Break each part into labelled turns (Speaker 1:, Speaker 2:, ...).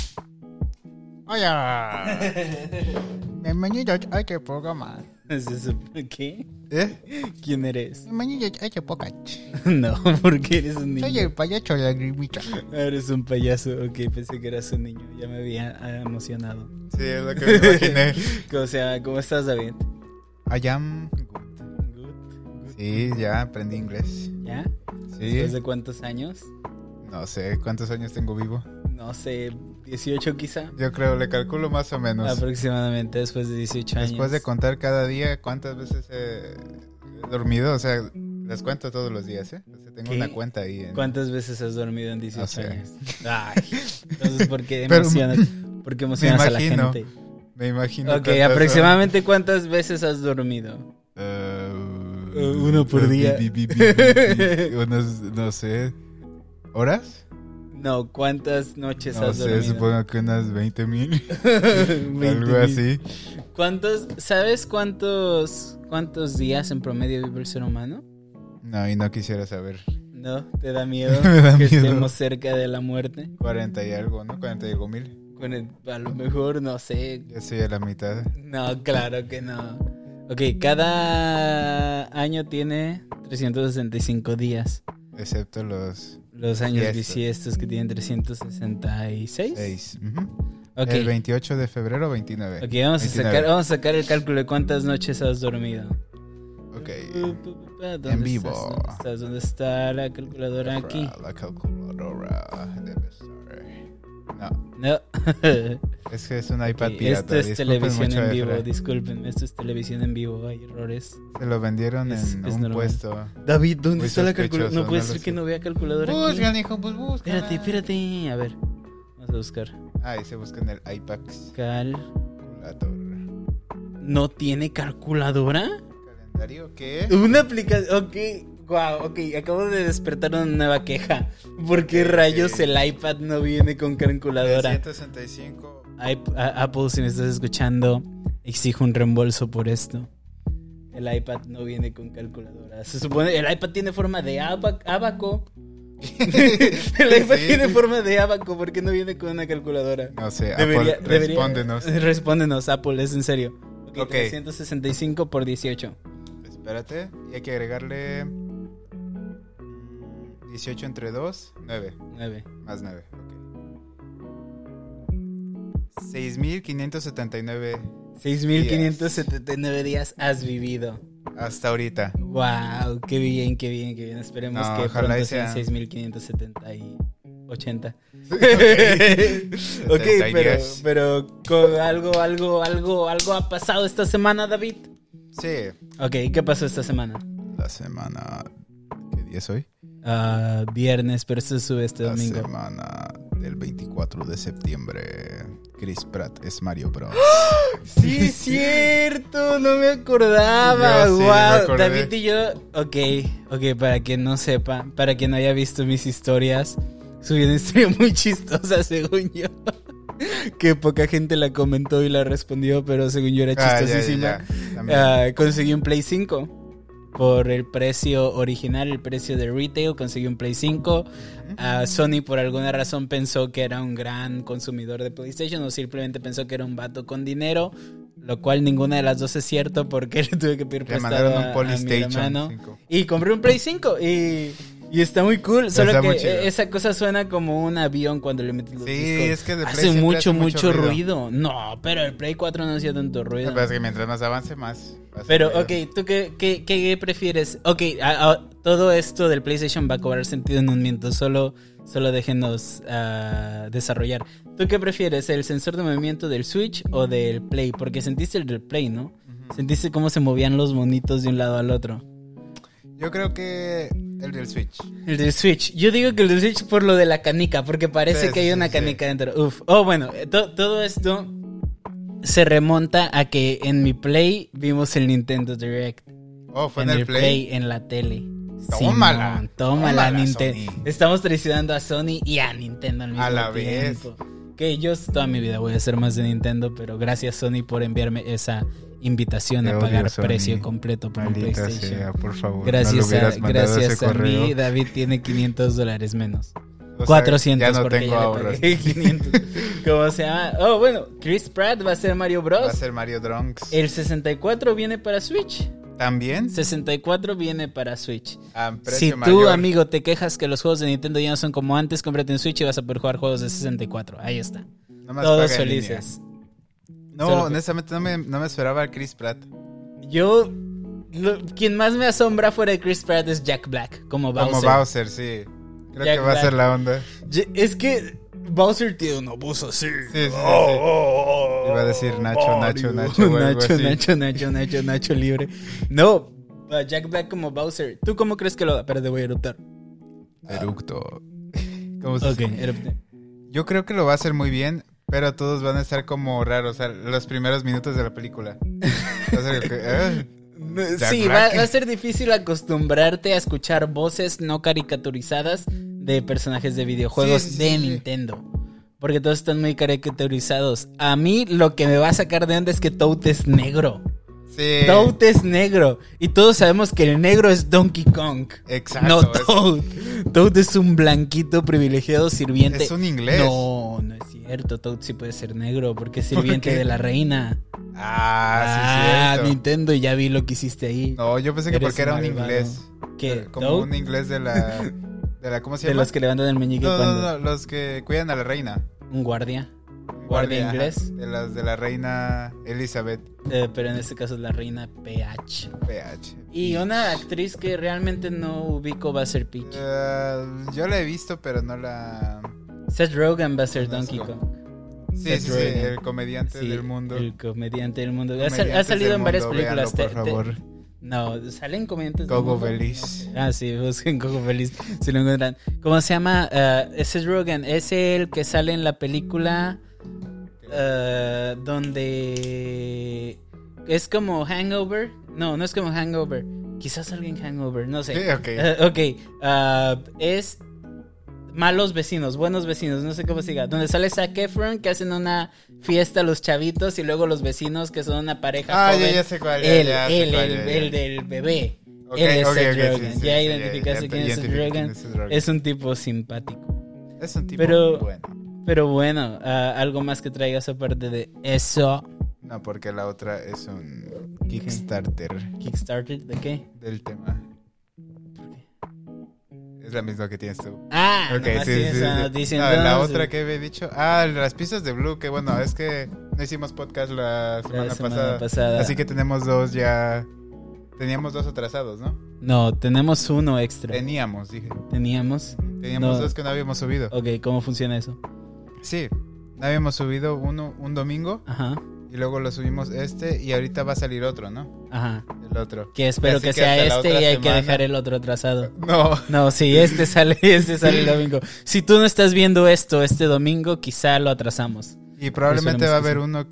Speaker 1: Hola. Bienvenidos a este programa.
Speaker 2: Se supo- ¿Qué?
Speaker 1: ¿Eh?
Speaker 2: ¿Quién eres?
Speaker 1: Bienvenidos a este podcast.
Speaker 2: No, porque eres un
Speaker 1: Soy
Speaker 2: niño. Ah,
Speaker 1: el payaso lagrimita.
Speaker 2: Eres un payaso. Ok, pensé que eras un niño. Ya me había ah, emocionado.
Speaker 1: Sí, es lo que me imaginé.
Speaker 2: O sea, ¿cómo estás, David?
Speaker 1: I am good.
Speaker 2: Good.
Speaker 1: Sí, ya aprendí inglés.
Speaker 2: ¿Ya?
Speaker 1: Sí.
Speaker 2: ¿Después de cuántos años?
Speaker 1: No sé cuántos años tengo vivo.
Speaker 2: No sé, 18 quizá.
Speaker 1: Yo creo, le calculo más o menos.
Speaker 2: Aproximadamente después de 18 años.
Speaker 1: Después de contar cada día cuántas veces he dormido, o sea, las cuento todos los días, ¿eh? O sea, tengo
Speaker 2: ¿Qué?
Speaker 1: una cuenta ahí. En...
Speaker 2: ¿Cuántas veces has dormido en 18
Speaker 1: O sea.
Speaker 2: años? Ay, entonces, ¿por qué
Speaker 1: Ah, Pero-
Speaker 2: emocionas, por qué emocionas a la
Speaker 1: imagino.
Speaker 2: gente?
Speaker 1: Me imagino.
Speaker 2: Ok,
Speaker 1: cuántas
Speaker 2: aproximadamente cuántas veces has dormido.
Speaker 1: horas. Eh,
Speaker 2: Eh, uno por
Speaker 1: eh,
Speaker 2: día.
Speaker 1: bi, bi, bi, bi, bi, unos, no sé, ¿horas?
Speaker 2: No, ¿cuántas noches
Speaker 1: No
Speaker 2: has
Speaker 1: sé,
Speaker 2: dormido?
Speaker 1: supongo que unas 20 mil,
Speaker 2: 20
Speaker 1: algo
Speaker 2: mil.
Speaker 1: así.
Speaker 2: ¿Cuántos, ¿Sabes cuántos, cuántos días en promedio vive el ser humano?
Speaker 1: No, y no quisiera saber.
Speaker 2: No, te da miedo
Speaker 1: Me da
Speaker 2: que
Speaker 1: miedo.
Speaker 2: estemos cerca de la muerte.
Speaker 1: 40 y algo, ¿no? 40 y algo mil.
Speaker 2: Con el- a lo mejor, no sé.
Speaker 1: Ya estoy a la mitad.
Speaker 2: No, claro que no. Ok, cada año tiene 365 días.
Speaker 1: Excepto los
Speaker 2: Los años
Speaker 1: Bisiestos.
Speaker 2: bisiestos que tienen 366.
Speaker 1: 6.
Speaker 2: Ok,
Speaker 1: El 28 de febrero, 29.
Speaker 2: ok, vamos a,
Speaker 1: 29.
Speaker 2: sacar, vamos a sacar el cálculo de cuántas noches has dormido.
Speaker 1: Ok.
Speaker 2: ¿Dónde
Speaker 1: En vivo.
Speaker 2: estás? ¿Dónde estás? ¿Dónde está la calculadora aquí?
Speaker 1: La calculadora debe estar. No,
Speaker 2: No.
Speaker 1: es que es un iPad
Speaker 2: Ok,
Speaker 1: pirata.
Speaker 2: esto es
Speaker 1: disculpen
Speaker 2: televisión
Speaker 1: mucho,
Speaker 2: en vivo,
Speaker 1: Efra.
Speaker 2: disculpen, esto es televisión en vivo, hay errores.
Speaker 1: Se lo vendieron
Speaker 2: Es-
Speaker 1: en
Speaker 2: es
Speaker 1: un
Speaker 2: normal.
Speaker 1: puesto.
Speaker 2: David, ¿dónde
Speaker 1: Muy
Speaker 2: está la calculadora?
Speaker 1: sospechoso,
Speaker 2: No puede
Speaker 1: no lo
Speaker 2: ser
Speaker 1: sé.
Speaker 2: que no vea calculadora aquí.
Speaker 1: Buscan, hijo, pues buscan.
Speaker 2: Espérate, espérate, a ver. Vamos a buscar.
Speaker 1: Ah, Ahí se busca en el iPax.
Speaker 2: Cal...
Speaker 1: Calculador.
Speaker 2: ¿No tiene calculadora?
Speaker 1: ¿Calendario qué?
Speaker 2: Una aplicación. Ok, wow, ok. Acabo de despertar una nueva queja. ¿Por qué
Speaker 1: Ok,
Speaker 2: rayos
Speaker 1: ok.
Speaker 2: el iPad no viene con calculadora?
Speaker 1: 365.
Speaker 2: iP- a- Apple, si me estás escuchando, exijo un reembolso por esto. El iPad no viene con calculadora. Se supone. El iPad tiene forma de aba- abaco. el iPad
Speaker 1: Sí.
Speaker 2: tiene forma de abaco. ¿Por qué no viene con una calculadora?
Speaker 1: No sé,
Speaker 2: Debería-
Speaker 1: Apple,
Speaker 2: debería-
Speaker 1: respóndenos.
Speaker 2: Respóndenos, Apple, es en serio. Ok,
Speaker 1: Ok.
Speaker 2: 365 por 18.
Speaker 1: Espérate, y hay que agregarle 18 entre 2, 9,
Speaker 2: 9.
Speaker 1: más 9. ok. 6.579
Speaker 2: 6.579 días has vivido.
Speaker 1: hasta ahorita.
Speaker 2: ¡Wow! ¡Qué bien, qué bien, qué bien! Esperemos
Speaker 1: No,
Speaker 2: que
Speaker 1: ojalá
Speaker 2: pronto
Speaker 1: y
Speaker 2: sean
Speaker 1: sea-
Speaker 2: 6.570 y 80.
Speaker 1: Ok.
Speaker 2: ok, pero,
Speaker 1: 72.
Speaker 2: pero co- algo, algo, algo, algo ha pasado esta semana, David.
Speaker 1: Sí,
Speaker 2: Ok, ¿qué pasó esta semana?
Speaker 1: la semana. ¿Qué día es hoy?
Speaker 2: Ah, viernes, pero se sube este
Speaker 1: La
Speaker 2: domingo.
Speaker 1: semana del 24 de septiembre. Chris Pratt es Mario Bros.
Speaker 2: ¡Ah! Sí, es cierto, no me acordaba.
Speaker 1: Yo sí, me
Speaker 2: wow,
Speaker 1: acordé.
Speaker 2: David y yo. Ok, ok, para quien no sepa, para quien no haya visto mis historias, subí una historia muy chistosa, según yo. Que poca gente la comentó y la respondió, pero según yo era
Speaker 1: Ah, ya, ya,
Speaker 2: chistosísima.
Speaker 1: ya, también.
Speaker 2: Ah, conseguí un Play 5 por el precio original, el precio de retail. Conseguí un Play 5.
Speaker 1: Mm.
Speaker 2: Ah, Sony por alguna razón pensó que era un gran consumidor de PlayStation o simplemente pensó que era un vato con dinero. Lo cual ninguna de las dos es cierto porque le tuve que pedir
Speaker 1: Le
Speaker 2: prestado
Speaker 1: mandaron
Speaker 2: a,
Speaker 1: un
Speaker 2: a mi hermano.
Speaker 1: Polystation. cinco.
Speaker 2: Y compré un Play 5 y, y está muy cool. Solo
Speaker 1: Está
Speaker 2: que
Speaker 1: muy chido.
Speaker 2: eh, esa cosa suena como un avión cuando le metes los
Speaker 1: Sí,
Speaker 2: discos.
Speaker 1: es que de Play
Speaker 2: hace
Speaker 1: siempre
Speaker 2: mucho,
Speaker 1: hace
Speaker 2: mucho
Speaker 1: mucho
Speaker 2: ruido. No, pero el Play 4 no hacía tanto ruido.
Speaker 1: Lo que pasa es que mientras más avance, más. más
Speaker 2: Pero,
Speaker 1: ruido.
Speaker 2: ok, ¿tú qué, qué, qué prefieres? Ok, a- a- todo esto del PlayStation va a cobrar sentido en un momento, solo, solo déjenos ah, desarrollar. ¿Tú qué prefieres, el sensor de movimiento del Switch o del Play? Porque sentiste el del Play, ¿no? Sentiste cómo se movían los monitos de un lado al otro.
Speaker 1: Yo creo que el del Switch.
Speaker 2: El del Switch. Yo digo que el del Switch por lo de la canica, porque parece
Speaker 1: Sí,
Speaker 2: que hay
Speaker 1: sí,
Speaker 2: una
Speaker 1: sí,
Speaker 2: canica dentro. Uf. Oh, bueno, eh, to- todo esto se remonta a que en mi Play vimos el Nintendo Direct.
Speaker 1: Oh, fue
Speaker 2: en el play. en la tele.
Speaker 1: Tómala.
Speaker 2: Simón, tómala,
Speaker 1: Tómala,
Speaker 2: Nintendo.
Speaker 1: Sony.
Speaker 2: Estamos traicionando a Sony y a Nintendo al mismo
Speaker 1: A la vez.
Speaker 2: tiempo. Que yo toda mi vida voy a ser más de Nintendo, pero gracias Sony por enviarme esa invitación
Speaker 1: Te
Speaker 2: a
Speaker 1: odio,
Speaker 2: pagar
Speaker 1: Sony.
Speaker 2: precio completo por un
Speaker 1: Maldita
Speaker 2: PlayStation.
Speaker 1: sea, por favor. no le
Speaker 2: Gracias, a,
Speaker 1: hubieras mandado
Speaker 2: gracias
Speaker 1: ese
Speaker 2: a
Speaker 1: correo.
Speaker 2: mí, David tiene 500 dólares menos.
Speaker 1: o sea,
Speaker 2: 400
Speaker 1: ya no
Speaker 2: porque
Speaker 1: tengo
Speaker 2: ya le
Speaker 1: ahorros.
Speaker 2: pagué 500. ¿Cómo se llama? Oh, bueno, Chris Pratt va a ser Mario Bros.
Speaker 1: Va a ser Mario Drunks.
Speaker 2: El 64 viene para Switch.
Speaker 1: ¿También?
Speaker 2: 64 viene para Switch.
Speaker 1: A un precio
Speaker 2: Si tú,
Speaker 1: mayor.
Speaker 2: amigo, te quejas que los juegos de Nintendo ya no son como antes, cómprate un Switch y vas a poder jugar juegos de 64. Ahí está.
Speaker 1: Nomás
Speaker 2: Todos
Speaker 1: paga en línea.
Speaker 2: felices. Solo
Speaker 1: No,
Speaker 2: que-
Speaker 1: honestamente no me, no me esperaba a Chris Pratt.
Speaker 2: Yo, lo- quien más me asombra fuera de Chris Pratt es Jack Black, como Bowser.
Speaker 1: Como Bowser, sí. Creo
Speaker 2: Jack
Speaker 1: que va a ser
Speaker 2: Black.
Speaker 1: la onda.
Speaker 2: Ye- Es que Bowser tiene un abuso así.
Speaker 1: Sí, sí, sí. Iba a decir
Speaker 2: oh,
Speaker 1: Nacho, Nacho, Nacho, o algo
Speaker 2: Nacho,
Speaker 1: así.
Speaker 2: Nacho, Nacho, Nacho, Nacho libre. No, a Jack Black como Bowser. ¿Tú cómo crees que lo.? Espera, te voy a eruptar.
Speaker 1: Eructo. ¿Cómo se
Speaker 2: Ok, erupte.
Speaker 1: Yo creo que lo va a hacer muy bien, pero todos van a estar como raros. O sea, los primeros minutos de la película. Va a ser el que, "Ah". Jack
Speaker 2: Sí, va,
Speaker 1: Black.
Speaker 2: va a ser difícil acostumbrarte a escuchar voces no caricaturizadas de personajes de videojuegos
Speaker 1: Sí, sí, sí,
Speaker 2: de
Speaker 1: sí.
Speaker 2: Nintendo. Porque todos están muy caricaturizados. A mí lo que me va a sacar de onda es que Toad es negro.
Speaker 1: Sí.
Speaker 2: Toad es negro. Y todos sabemos que el negro es Donkey Kong.
Speaker 1: Exacto.
Speaker 2: no
Speaker 1: es-
Speaker 2: Toad. Toad es un blanquito privilegiado
Speaker 1: es,
Speaker 2: sirviente.
Speaker 1: un inglés.
Speaker 2: No, no es cierto. Toad sí puede ser negro porque es
Speaker 1: ¿Por
Speaker 2: sirviente
Speaker 1: qué?
Speaker 2: de la reina.
Speaker 1: Ah, sí, es cierto.
Speaker 2: Nintendo, ya vi lo que hiciste ahí.
Speaker 1: No, yo pensé que
Speaker 2: Eres
Speaker 1: porque era un
Speaker 2: malvado.
Speaker 1: inglés.
Speaker 2: ¿Qué?
Speaker 1: Eh, Como
Speaker 2: ¿Toad?
Speaker 1: un inglés de la. De la ¿Cómo se
Speaker 2: De
Speaker 1: llama?
Speaker 2: los que levantan el meñique
Speaker 1: no, no, no,
Speaker 2: cuando...
Speaker 1: los que cuidan a la reina.
Speaker 2: Un guardia. Guardia
Speaker 1: ajá,
Speaker 2: inglés.
Speaker 1: De las de la reina Elizabeth
Speaker 2: Eh, pero en este caso es la reina PH.
Speaker 1: PH.
Speaker 2: Y una actriz que realmente no ubico va a ser Peach.
Speaker 1: Eh, yo la he visto, pero no la.
Speaker 2: Seth Rogen va a ser
Speaker 1: no
Speaker 2: Donkey
Speaker 1: sé.
Speaker 2: Kong.
Speaker 1: Sí,
Speaker 2: Seth
Speaker 1: sí, sí,
Speaker 2: Rogen.
Speaker 1: el comediante
Speaker 2: Sí,
Speaker 1: del mundo.
Speaker 2: El comediante del mundo. Ha, sal- ha
Speaker 1: Comediantes del
Speaker 2: salido en varias
Speaker 1: mundo, véanlo,
Speaker 2: películas. te- te-
Speaker 1: por favor.
Speaker 2: No, salen comediantes. del
Speaker 1: Gogo
Speaker 2: mundo?
Speaker 1: Feliz.
Speaker 2: Ah, sí, busquen Coco Feliz si lo encuentran. ¿Cómo se llama? Eh, ese es Rogan. Es el que sale en la película eh, donde es como Hangover. No, no es como Hangover. Quizás alguien Hangover, no sé.
Speaker 1: Sí, ok.
Speaker 2: Eh, ok, ah, es Malos Vecinos, Buenos Vecinos, no sé cómo se diga. Donde sale Zac Efron que hacen una fiesta a los chavitos y luego los vecinos que son una pareja.
Speaker 1: Ah,
Speaker 2: joven.
Speaker 1: ya, ya sé cuál. ya,
Speaker 2: Él,
Speaker 1: ya sé
Speaker 2: él,
Speaker 1: cuál,
Speaker 2: el,
Speaker 1: ya, ya.
Speaker 2: el del bebé.
Speaker 1: Ok,
Speaker 2: él es
Speaker 1: ok,
Speaker 2: Seth
Speaker 1: ok, sí,
Speaker 2: Rogan.
Speaker 1: sí, sí,
Speaker 2: ya
Speaker 1: ya,
Speaker 2: identificaste
Speaker 1: ya
Speaker 2: quién es Seth
Speaker 1: identifiqué quién
Speaker 2: Rogan.
Speaker 1: es Seth Rogan.
Speaker 2: Es un tipo simpático.
Speaker 1: Es un tipo
Speaker 2: pero-
Speaker 1: bueno.
Speaker 2: Pero bueno, ah, algo más que traigas aparte de eso.
Speaker 1: No, porque la otra es un Kickstarter
Speaker 2: Kickstarter, ¿de qué?
Speaker 1: del tema. Es la misma que tienes tú.
Speaker 2: Ah, eh,
Speaker 1: Ok,
Speaker 2: nomás tienes la
Speaker 1: sí.
Speaker 2: noticia,
Speaker 1: No, la
Speaker 2: entonces.
Speaker 1: otra que había dicho. Ah, las pistas de Blue, que bueno, es que no hicimos podcast la semana,
Speaker 2: semana
Speaker 1: pasada,
Speaker 2: pasada.
Speaker 1: Así que tenemos dos ya. Teníamos dos atrasados, ¿no?
Speaker 2: No, tenemos uno extra.
Speaker 1: Teníamos, dije.
Speaker 2: Teníamos.
Speaker 1: Teníamos
Speaker 2: No.
Speaker 1: dos que no habíamos subido.
Speaker 2: Ok, ¿cómo funciona eso?
Speaker 1: Sí, no habíamos subido uno un domingo
Speaker 2: Ajá,
Speaker 1: y luego lo subimos este y ahorita va a salir otro, ¿no?
Speaker 2: ajá.
Speaker 1: El otro.
Speaker 2: Que espero
Speaker 1: Así
Speaker 2: que,
Speaker 1: que
Speaker 2: sea
Speaker 1: hasta la
Speaker 2: este
Speaker 1: otra
Speaker 2: y hay que
Speaker 1: semana.
Speaker 2: dejar el otro atrasado.
Speaker 1: No.
Speaker 2: No, sí, este sale, este sale el domingo. Si tú no estás viendo esto este domingo, quizá lo atrasamos.
Speaker 1: Y probablemente
Speaker 2: Esperemos
Speaker 1: va a
Speaker 2: que
Speaker 1: haber
Speaker 2: sí.
Speaker 1: uno